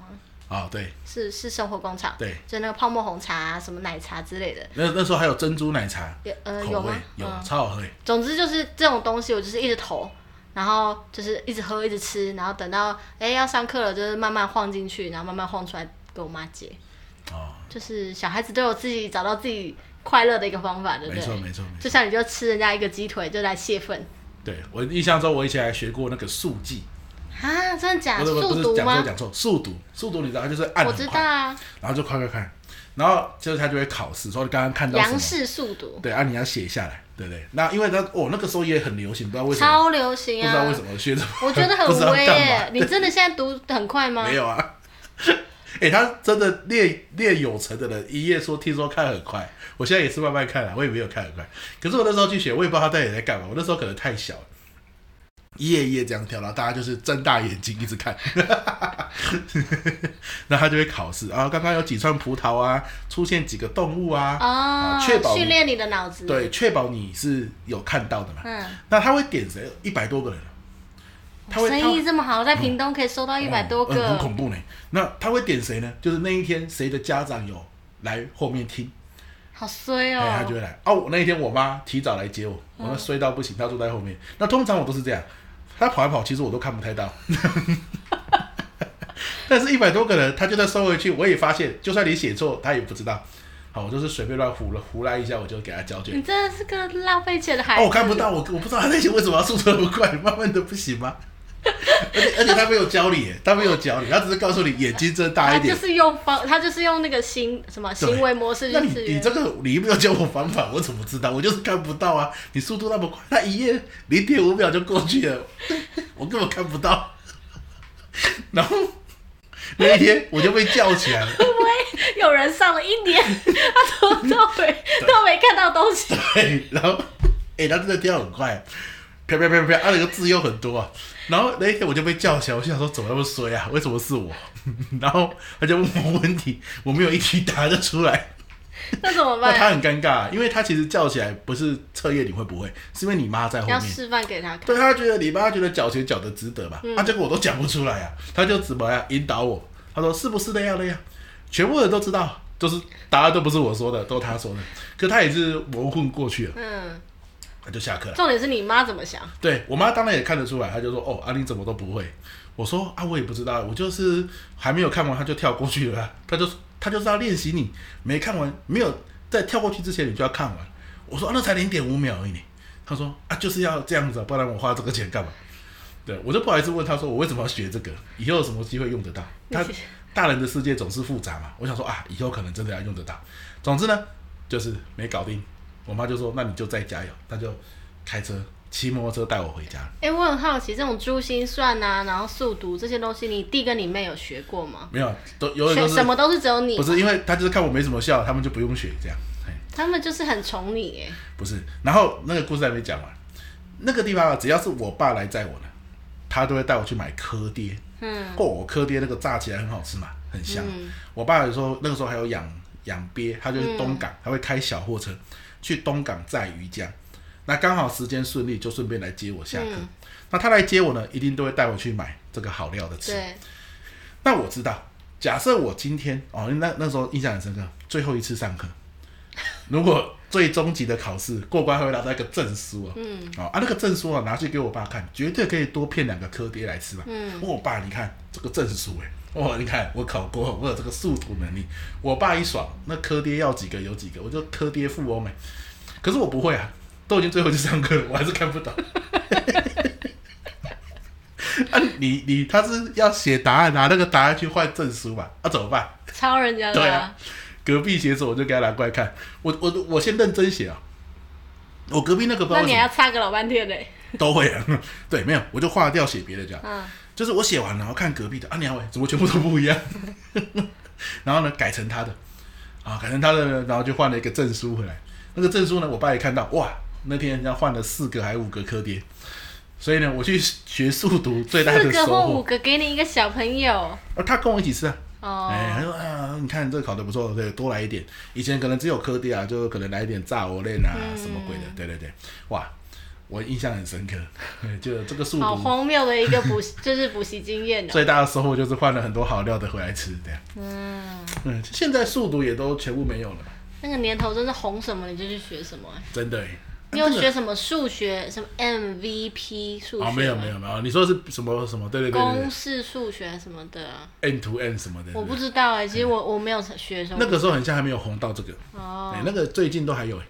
A: 哦，对
B: 是是生活工厂，
A: 对，
B: 就那个泡沫红茶、啊、什么奶茶之类的，
A: 那那时候还有珍珠奶茶
B: 也呃
A: 口
B: 有
A: 味
B: 吗，？
A: 有
B: 嗯
A: 超好喝耶，
B: 总之就是这种东西，我就是一直投，然后就是一直喝，一直吃，然后等到哎、要上课了，就是慢慢晃进去，然后慢慢晃出来给我妈接。
A: 哦，
B: 就是小孩子都有自己找到自己快乐的一个方法，对不
A: 没错
B: 对？
A: 没错没错。
B: 就像你就吃人家一个鸡腿就来泄愤
A: 对我印象中，我以前还学过那个速记，
B: 啊，真的假
A: 不
B: 的？
A: 是不
B: 速
A: 是
B: 读
A: 讲错
B: 吗？
A: 讲错，速读速读，你知道它就是按
B: 我
A: 很
B: 知道
A: 快，
B: 啊，
A: 然后就快快快，然后就是他就会考试，说你刚刚看到什
B: 杨
A: 么，
B: 氏速读
A: 对啊，你要写下来，对不对？那因为他哦那个时候也很流行，不知道为什么，
B: 超流
A: 不
B: 行
A: 知道为
B: 啊
A: 什，么学这么，
B: 我觉得
A: 不知
B: 很
A: 道
B: 威
A: 干嘛
B: 耶。你真的现在读很快吗
A: 没？有啊。哎、他真的练练有成的人，一页说听说看很快，我现在也是慢慢看了、啊我也没有看很快。可是我那时候去学，我也不知道他到底在干嘛。我那时候可能太小了，一页一页这样跳，然后大家就是睁大眼睛一直看， 然后他就会考试啊，刚刚有几串葡萄啊，出现几个动物啊，
B: 哦，
A: 确保你
B: 训练你的脑子。
A: 对，，确保你是有看到的嘛。
B: 嗯。
A: 那他会点谁？一百多个人啊，他会
B: 生
A: 他会
B: 意这么好，在屏东可以收到一百多
A: 哦呃很
B: 个，
A: 恐怖呢。那他会点谁呢？就是那一天谁的家长有来后面听，
B: 好衰
A: 哎、他就
B: 哦。嗯
A: 会来。哦，我那一天我妈提早来接我，我那衰到不行，她坐在后面。那通常我都是这样，她跑来跑，其实我都看不太到。 但是，一百多个人，他就算收回去，我也发现，就算你写错，他也不知道。好，我就是随便乱胡了胡来一下，我就给他交卷
B: 你。真的是个浪费钱的孩
A: 哦，
B: 子。
A: 我看不到，我我不知道他那些为什么要速度那么快，慢慢的不行吗？而 且而且他没有教你耶，他没有教你，他只是告诉你眼睛睁大
B: 他
A: 一
B: 就
A: 点。
B: 是用方，他就是用那个行什么
A: 对
B: 行为模式
A: 那
B: 去
A: 你
B: 制
A: 你
B: 约。
A: 这个你没有教我方法，我怎么知道？我就是看不到啊！你速度那么快，他一页零点五秒就过去了， 我根本看不到。然后那一天我就被叫起来了，
B: 有人上了一年， 他从头到尾都没看到东西。
A: 对，然后哎、他真的跳很快，啪啪啪啪啪，他、那个字又很多啊。然后那一天我就被叫起来，我心想说怎么那么衰啊？为什么是我？ 然后他就问我问题，我没有一题答得出来。
B: 那怎么
A: 那他
B: 办？
A: 很尴尬，因为他其实叫起来不是测验你会不会，是因为你妈在后
B: 要
A: 面。
B: 示范给他看。
A: 对他觉得你妈觉得缴钱缴的值得嘛，啊，结果我都讲不出来啊，他就怎么样引导我，他说是不是那样那样，全部人都知道，就是答案都不是我说的，都他说的，可他也是蒙混过去了，
B: 嗯，
A: 他就下课了。
B: 重点是你妈怎么想？
A: 对我妈当然也看得出来，她就说：“哦，啊你怎么都不会？”我说：“啊我也不知道，我就是还没有看完，她就跳过去了啊。她就她就是要练习你没看完，没有在跳过去之前你就要看完。”我说：“啊那才零点五秒而已。”她说：“啊就是要这样子啊，不然我花这个钱干嘛？”对我就不好意思问她说：“我为什么要学这个？以后有什么机会用得到？”
B: 你
A: 她
B: 去
A: 大人的世界总是复杂嘛，我想说啊以后可能真的要用得到。总之呢，就是没搞定。我妈就说：“那你就再加油。”她就开车骑摩托车带我回家。
B: 哎、我很好奇，这种珠心算啊，然后速读这些东西，你弟跟你妹有学过吗？
A: 没有，都永远
B: 学
A: 都是
B: 什么都是只有你
A: 不，是因为他就是看我没什么笑，他们就不用学这样。嘿
B: 他们就是很宠你哎。
A: 不是，然后那个故事还没讲完，那个地方啊，只要是我爸来载我呢，他都会带我去买蚵爹。
B: 嗯，
A: 过我蚵爹那个炸起来很好吃嘛，很香。
B: 嗯
A: 我爸有时候那个时候还有养养鳖，他就去东
B: 嗯
A: 港，他会开小货车去东港载鱼浆。那刚好时间顺利，就顺便来接我下课。
B: 嗯
A: 那他来接我呢，一定都会带我去买这个好料的吃。
B: 对，
A: 那我知道，假设我今天哦，那那时候印象很深刻，最后一次上课，如果最终级的考试过关，还会拿到一个证书啊。
B: 嗯
A: 哦啊，那个证书啊，拿去给我爸看，绝对可以多骗两个科爹来吃嘛。哦
B: 嗯，
A: 我爸，你看这个证书哎、哇，你看我考过，我有这个速读能力。我爸一爽，那科爹要几个有几个，我就科爹富翁哎、可是我不会啊，都已经最后一次上课了，我还是看不懂。啊，你你他是要写答案，啊拿那个答案去换证书嘛？啊，怎么办？
B: 抄人家的、
A: 对啊，隔壁写手我就给他拿过来看，我我我先认真写啊。我隔壁那个不知
B: 那
A: 道为什
B: 你
A: 么
B: 还要擦个老半天嘞。
A: 都会啊，对，没有，我就划掉写别的这样。
B: 嗯，
A: 就是我写完，然后看隔壁的啊，娘喂，怎么全部都不一样？ 然后呢，改成他的啊，改成他的，然后就换了一个证书回来。那个证书呢，我爸也看到，哇，那天人家换了四个还五个科碟，所以呢，我去学速读最大
B: 四
A: 的
B: 个
A: 收
B: 或五
A: 获。
B: 个给你一个小朋友
A: 而他跟我一起吃啊，
B: 哦。
A: 哎、他说啊，你看这个考的不错，对，多来一点。以前可能只有科碟啊，就可能来一点炸鹅类啊，
B: 嗯
A: 什么鬼的，对对对，哇，我印象很深刻， 就这个速
B: 好
A: 读
B: 荒谬的一个补 习，就是补习经验哦。
A: 最大的收获就是换了很多好料的回来吃，这样。
B: 嗯，
A: 嗯，现在速读也都全部没有了，
B: 那个年头真是红什么你就去学什么、欸。
A: 真的耶。
B: 你有学什么数学？什么 MVP 数学？
A: 啊、哦？没有没。有没有，你说的是什么什么？对对对对
B: 公式数学什么的啊，
A: 对，N to N 什么的。对
B: 我不知道哎、其实我我没有学什么。
A: 那个时候很像还没有红到这个，
B: 哦
A: 对，，那个最近都还有耶。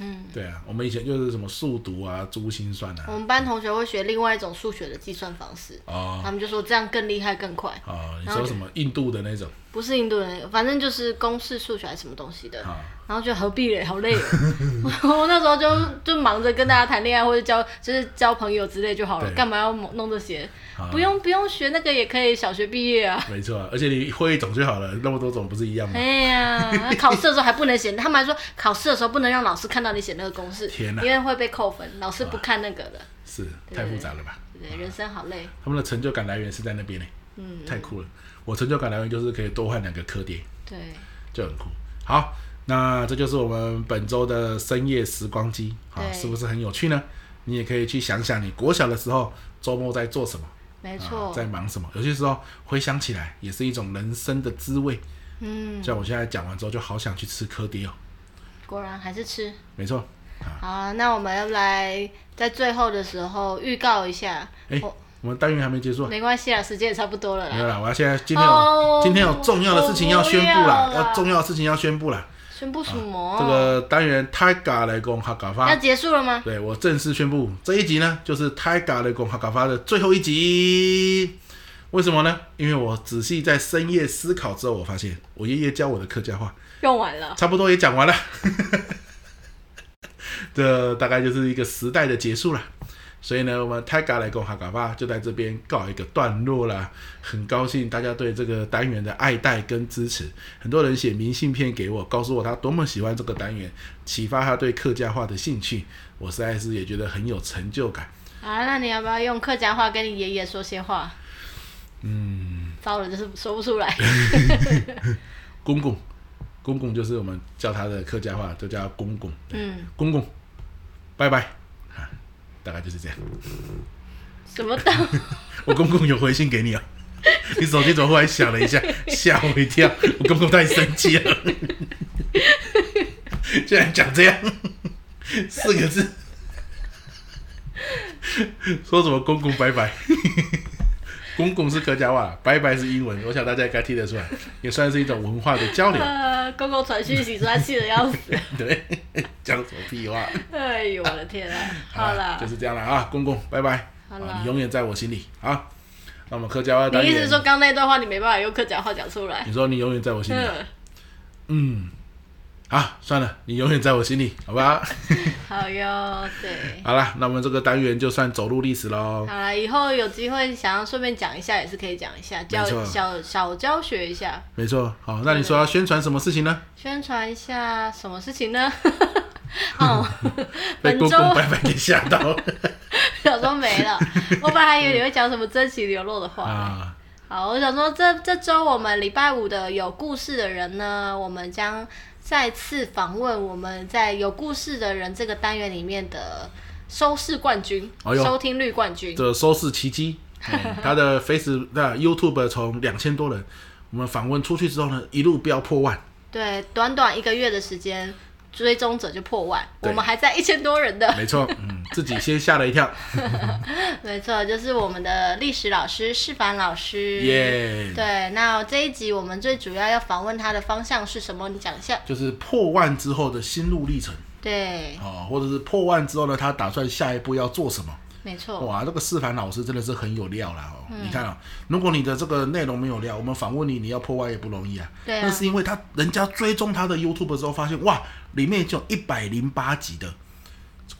B: 嗯，
A: 对啊，我们以前就是什么速读啊、珠心算
B: 我
A: 啊，
B: 们班同学会学另外一种数学的计算方式，
A: 哦
B: 他们就说这样更厉害更快。
A: 哦，你说什么印度的那种
B: 不是印度人，反正就是公式数学还是什么东西的。
A: 啊？
B: 然后就何必嘞，好累哦。 我那时候就就忙着跟大家谈恋爱或者交就是交朋友之类就好了，
A: 对
B: 干嘛要弄弄这些？
A: 啊
B: 不用不用学那个也可以，小学毕业啊。
A: 没错啊，而且你会一种就好了，那么多种不是一样吗
B: 哎？呀，考试的时候还不能写，他们还说考试的时候不能让老师看到你写那个公式，
A: 天哪
B: 因为会被扣分，老师不看那个的。
A: 是
B: 对
A: 太复杂了吧？
B: 对不对，人生好累。
A: 他们的成就感来源是在那边呢，
B: 嗯，
A: 太酷了。我成就感来源就是可以多换两个科点。
B: 对，
A: 就很酷。好，那这就是我们本周的深夜时光机，啊，
B: 对
A: 是不是很有趣呢？你也可以去想想你国小的时候周末在做什么，
B: 没
A: 啊
B: 错，。
A: 在忙什么。有些时候回想起来，也是一种人生的滋味。
B: 嗯，
A: 像我现在讲完之后，就好想去吃科爹哦。
B: 果然还是吃。
A: 没错，
B: 好啊，那我们要来在最后的时候预告一下，
A: 哎、
B: 我
A: 我们单元还没结束啊，
B: 没关系啦，时间也差不多哦了啦
A: 没。有啦，我要现在今天有、
B: 哦
A: 今天有重要的事情要宣布啦，
B: 我不要啦
A: 要重要的事情要宣布啦。
B: 宣布什么？
A: 这个单元 Tiger 来攻哈嘎
B: 要
A: 发，
B: 结束了吗？
A: 对我正式宣布，这一集呢就是 Tiger 来攻哈嘎发的最后一集。为什么呢？因为我仔细在深夜思考之后，我发现我爷爷教我的客家话
B: 用完了。
A: 差不多也讲完了， 这大概就是一个时代的结束了。所以呢，我们 Tiger 来攻哈嘎巴就在这边告一个段落啦。很高兴大家对这个单元的爱戴跟支持，很多人写明信片给我，告诉我他多么喜欢这个单元，启发他对客家话的兴趣。我实在是也觉得很有成就感。
B: 啊，那你要不要用客家话跟你爷爷说些话？嗯，糟了，就是说不 出来。
A: 公公，公公就是我们叫他的客家话，就叫公公。
B: 嗯，
A: 公公，拜拜啊，大概就是这样。
B: 什么 道？
A: 我公公有回信给你 哦。你手机怎么忽然响了一下，吓我一跳！我公公太生气 了，居然讲这样四个字，说什么公公拜拜，公公是客家话，拜拜是英文，我想大家应该听得出来，也算是一种文化的交流。
B: 呃，公公传讯息说他气得要死。
A: 对，讲什么屁话？
B: 哎呦，我的天啊！好
A: 啦
B: 了
A: 就，是这样了啊，公公拜拜，
B: 好
A: 啊
B: 啦
A: 你永远在我心里啊。那我们客家话单
B: 你意
A: 元，
B: 思是说刚那段话你没办法用客家话讲出来？
A: 你说你永远在我心里啊。
B: 嗯，
A: 嗯，好，算了，你永远在我心里，好 吧？
B: 好哟，对。
A: 好了，那我们这个单元就算走入历史喽。
B: 好了，以后有机会想要顺便讲一下，也是可以讲一下，教
A: 没错
B: 小小教学一下，
A: 没错，好，那你说要宣传什么事情呢？
B: 宣传一下什么事 情呢？哦，
A: 被
B: 本
A: 公
B: 周
A: 公 拜拜给吓到了
B: 小说没 了，我本来还以为你会讲什么珍惜流露的话。
A: 啊！
B: 好，我想说这这周我们礼拜五的有故事的人呢，我们将再次访问我们在有故事的人这个单元里面的收视冠军、
A: 哎呦
B: 收听率冠军。
A: 这收视奇迹，嗯他 的 Face 那 YouTube 从两千多人，我们访问出去之后呢，一路飙破万，
B: 对，短短一个月的时间，追踪者就破万，
A: 对
B: 我们还在一千多人的。
A: 没错， 嗯，自己先吓了一跳，
B: 没错，就是我们的历史老师世凡老师。
A: 耶、
B: 对，那这一集我们最主要要访问他的方向是什么？你讲一下。
A: 就是破万之后的心路历程
B: 对，
A: 哦，或者是破万之后呢，他打算下一步要做什么？
B: 没错，
A: 哇，这个示范老师真的是很有料啦哦！
B: 嗯
A: 你看啊、如果你的这个内容没有料，我们访问你，你要破万也不容易啊。
B: 对啊
A: 那是因为他人家追踪他的 YouTube 之后，发现哇，里面就有一百零八集的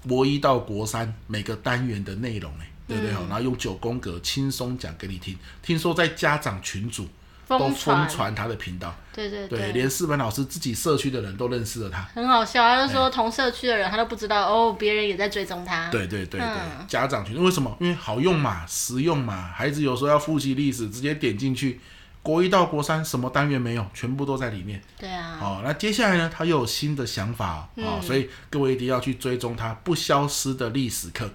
A: 国一到国三每个单元的内容呢，对不对、
B: 嗯
A: 哦？然后用九宫格轻松讲给你听。听说在家长群组都
B: 疯
A: 疯
B: 传，
A: 传他的频道，
B: 对对
A: 对，连示范老师自己社区的人都认识了他。
B: 很好笑，他就说同社区的人他都不知道哦，别人也在追踪他。
A: 哎对对对对，
B: 嗯
A: 家长群为什么？因为好用嘛，实用嘛。孩子有时候要复习历史，直接点进去，国一到国三什么单元没有，全部都在里面。
B: 对啊，
A: 哦，那接下来呢，他又有新的想法
B: 嗯
A: 哦，哦所以各位一定要去追踪他不消失的历史课，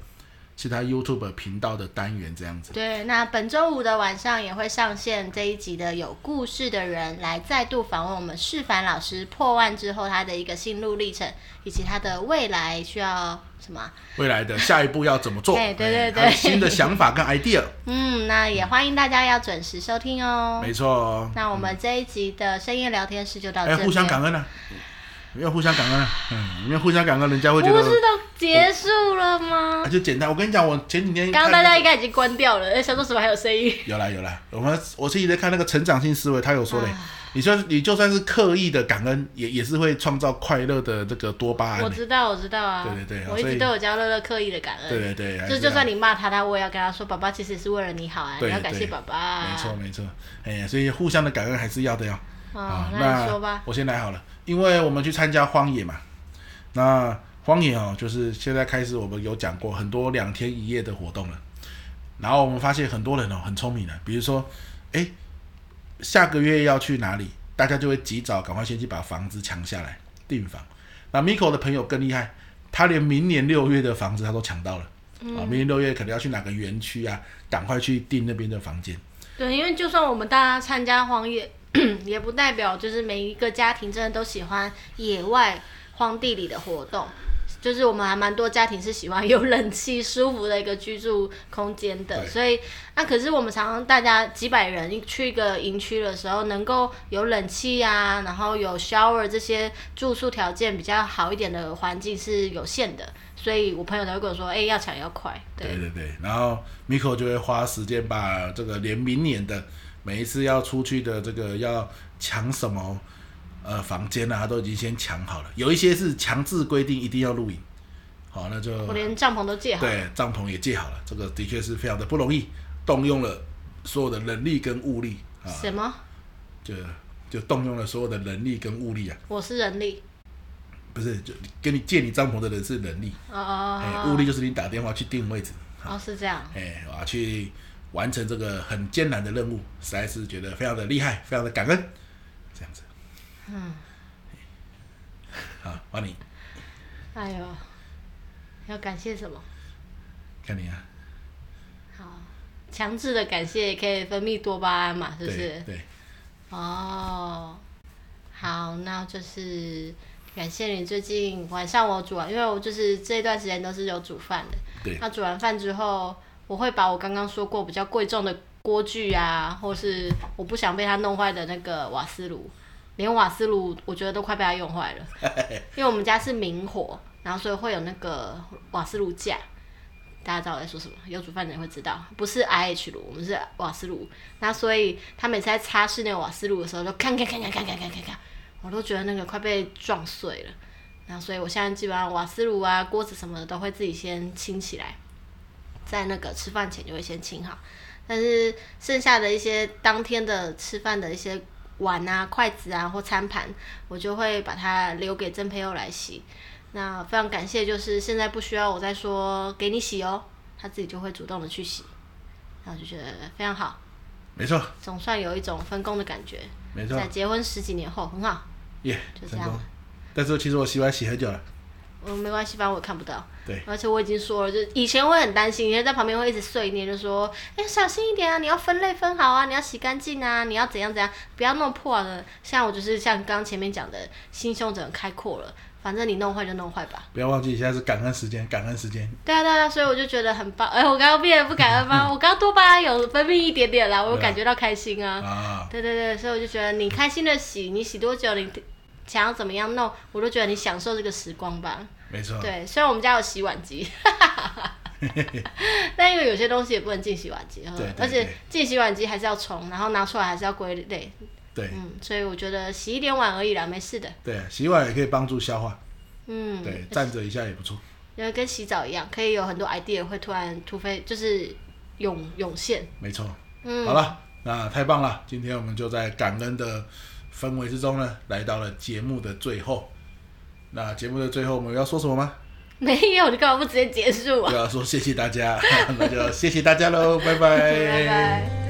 A: 是他 YouTube 频道的单元这样子。
B: 对。那本周五的晚上也会上线这一集的有故事的人来再度访问我们世凡老师破案之后他的一个心路历程，以及他的未来需要什么啊。
A: 未来的下一步要怎么做？
B: 哎对对
A: 哎
B: 对
A: 他有新的想法跟 idea，
B: 嗯，那也欢迎大家要准时收听哦。
A: 没错哦。
B: 那我们这一集的深夜聊天室就到这
A: 哎，
B: 边。
A: 互相感恩啊，
B: 嗯
A: 要互相感恩啊，嗯，因为互相感恩，人家会觉
B: 不是
A: 得。
B: 都结束了吗
A: 啊，？就简单。我跟你讲，我前几天
B: 刚刚
A: 看
B: 大
A: 那个
B: 家应该已经关掉了，哎，小助手还有声音。
A: 有啦有啦，我们我自己在看那个成长性思维，他有说嘞，你算你就算是刻意的感恩，也也是会创造快乐的这个多巴胺
B: 我
A: 欸。
B: 知道，我知道啊。
A: 对对对
B: 我一
A: 所以
B: 直都有教乐乐刻意的感恩。
A: 对对对，还
B: 就是就
A: 这样
B: 算你骂他，他我也要跟他说，爸爸其实是为了你好啊，
A: 对
B: 你要感谢
A: 对
B: 爸爸啊。
A: 没错没错，哎呀，所以互相的感恩还是要的哟。
B: 哦，
A: 啊
B: 那
A: 那
B: 你说吧。
A: 我先来好了，因为我们去参加荒野嘛，那荒野哦，就是现在开始我们有讲过很多两天一夜的活动了，然后我们发现很多人哦很聪明的，比如说，哎，下个月要去哪里，大家就会及早赶快先去把房子抢下来订房。那 Miko 的朋友更厉害，他连明年六月的房子他都抢到了。啊，
B: 嗯
A: 明年六月可能要去哪个园区啊？赶快去订那边的房间。
B: 对，因为就算我们大家参加荒野， 也不代表就是每一个家庭真的都喜欢野外荒地里的活动。就是我们还蛮多家庭是喜欢 有冷气、舒服的一个居住空间的，
A: 对
B: 所以那可是我们常常大家几百人去一个营区的时候，能够有冷气啊，然后有 shower 这些住宿条件比较好一点的环境是有限的，所以我朋友才会跟我说，哎、要抢要快，对，
A: 对对对，然后 Miko 就会花时间把这个连明年的每一次要出去的这个要抢什么呃房间啊，他都已经先抢好了。有一些是强制规定一定要露营，好，那就
B: 我连帐篷都借好了，
A: 对帐篷也借好了，这个的确是非常的不容易，动用了所有的人力跟物力啊，
B: 什么？
A: 就就动用了所有的人力跟物力啊，
B: 我是人力，
A: 不是就跟你借你帐篷的人是人力，
B: 哦
A: 哎、
B: 哦
A: 物
B: 哦
A: 力就是你打电话去定位置。
B: 哦，是这样。
A: 哎，我要去完成这个很艰难的任务，实在是觉得非常的厉害，非常的感恩，这样子。嗯。好，换你，
B: 哎呦，要感谢什么？
A: 看你啊，
B: 好，强制的感谢也可以分泌多巴胺嘛，是不
A: 对
B: 是？
A: 对，
B: 哦，好，那就是感谢你最近晚上我煮完，啊因为我就是这段时间都是有煮饭的。
A: 对
B: 那煮完饭之后，我会把我刚刚说过比较贵重的锅具啊，或是我不想被它弄坏的那个瓦斯炉，连瓦斯炉我觉得都快被它用坏了。因为我们家是明火，然后所以会有那个瓦斯炉架。大家知道我在说什么？有煮饭的人会知道，不是 I H 炉，我们是瓦斯炉。那所以他每次在擦拭那个瓦斯炉的时候，就看看看看看看看看看，我都觉得那个快被撞碎了。然后所以我现在基本上瓦斯炉啊、锅子什么的都会自己先清起来，在那个吃饭前就会先清好。但是剩下的一些当天的吃饭的一些碗啊、筷子啊或餐盘，我就会把它留给真朋友来洗。那非常感谢，就是现在不需要我再说给你洗哦，他自己就会主动的去洗，然后就觉得非常好，
A: 没错
B: 总算有一种分工的感觉。
A: 没错
B: 在，结婚十几年后，很好，
A: 耶、
B: 就这
A: 成
B: 样
A: 功。但是其实我洗碗洗很久了，
B: 嗯，没关系，反正我也看不到。
A: 对，
B: 而且我已经说了，就以前会很担心，因为在旁边会一直碎念，就说：“哎、小心一点啊，你要分类分好啊，你要洗干净啊，你要怎样怎样，不要弄破了。”现在我就是像刚刚前面讲的，心胸整个开阔了，反正你弄坏就弄坏吧。
A: 不要忘记现在是感恩时间，感恩时间。
B: 对啊，对啊，所以我就觉得很棒。哎、我刚刚变得不感恩吗？我刚刚多巴胺有分泌一点点啦，我有
A: 对啊
B: 感觉到开心啊。
A: 啊，
B: 对对对，所以我就觉得你开心的洗，你洗多久，你想要怎么样弄，我都觉得你享受这个时光吧。
A: 没错，
B: 对，虽然我们家有洗碗机，但因为有些东西也不能进洗碗机，嗯
A: 对对
B: 而且
A: 对
B: 进洗碗机还是要冲，然后拿出来还是要归类，
A: 对
B: 嗯，所以我觉得洗一点碗而已啦，没事的，
A: 对，啊洗碗也可以帮助消化，
B: 嗯，
A: 对，站着一下也不错。
B: 因为跟洗澡一样，可以有很多 idea 会突然突飞，就是涌涌现，
A: 没错。
B: 嗯
A: 好了，那太棒了！今天我们就在感恩的氛围之中呢，来到了节目的最后。那节目的最后，我们要说什么 吗？
B: 没有你干嘛不直接结束 啊？
A: 就要说谢谢大家，那就谢谢大家喽，拜拜，
B: 拜拜。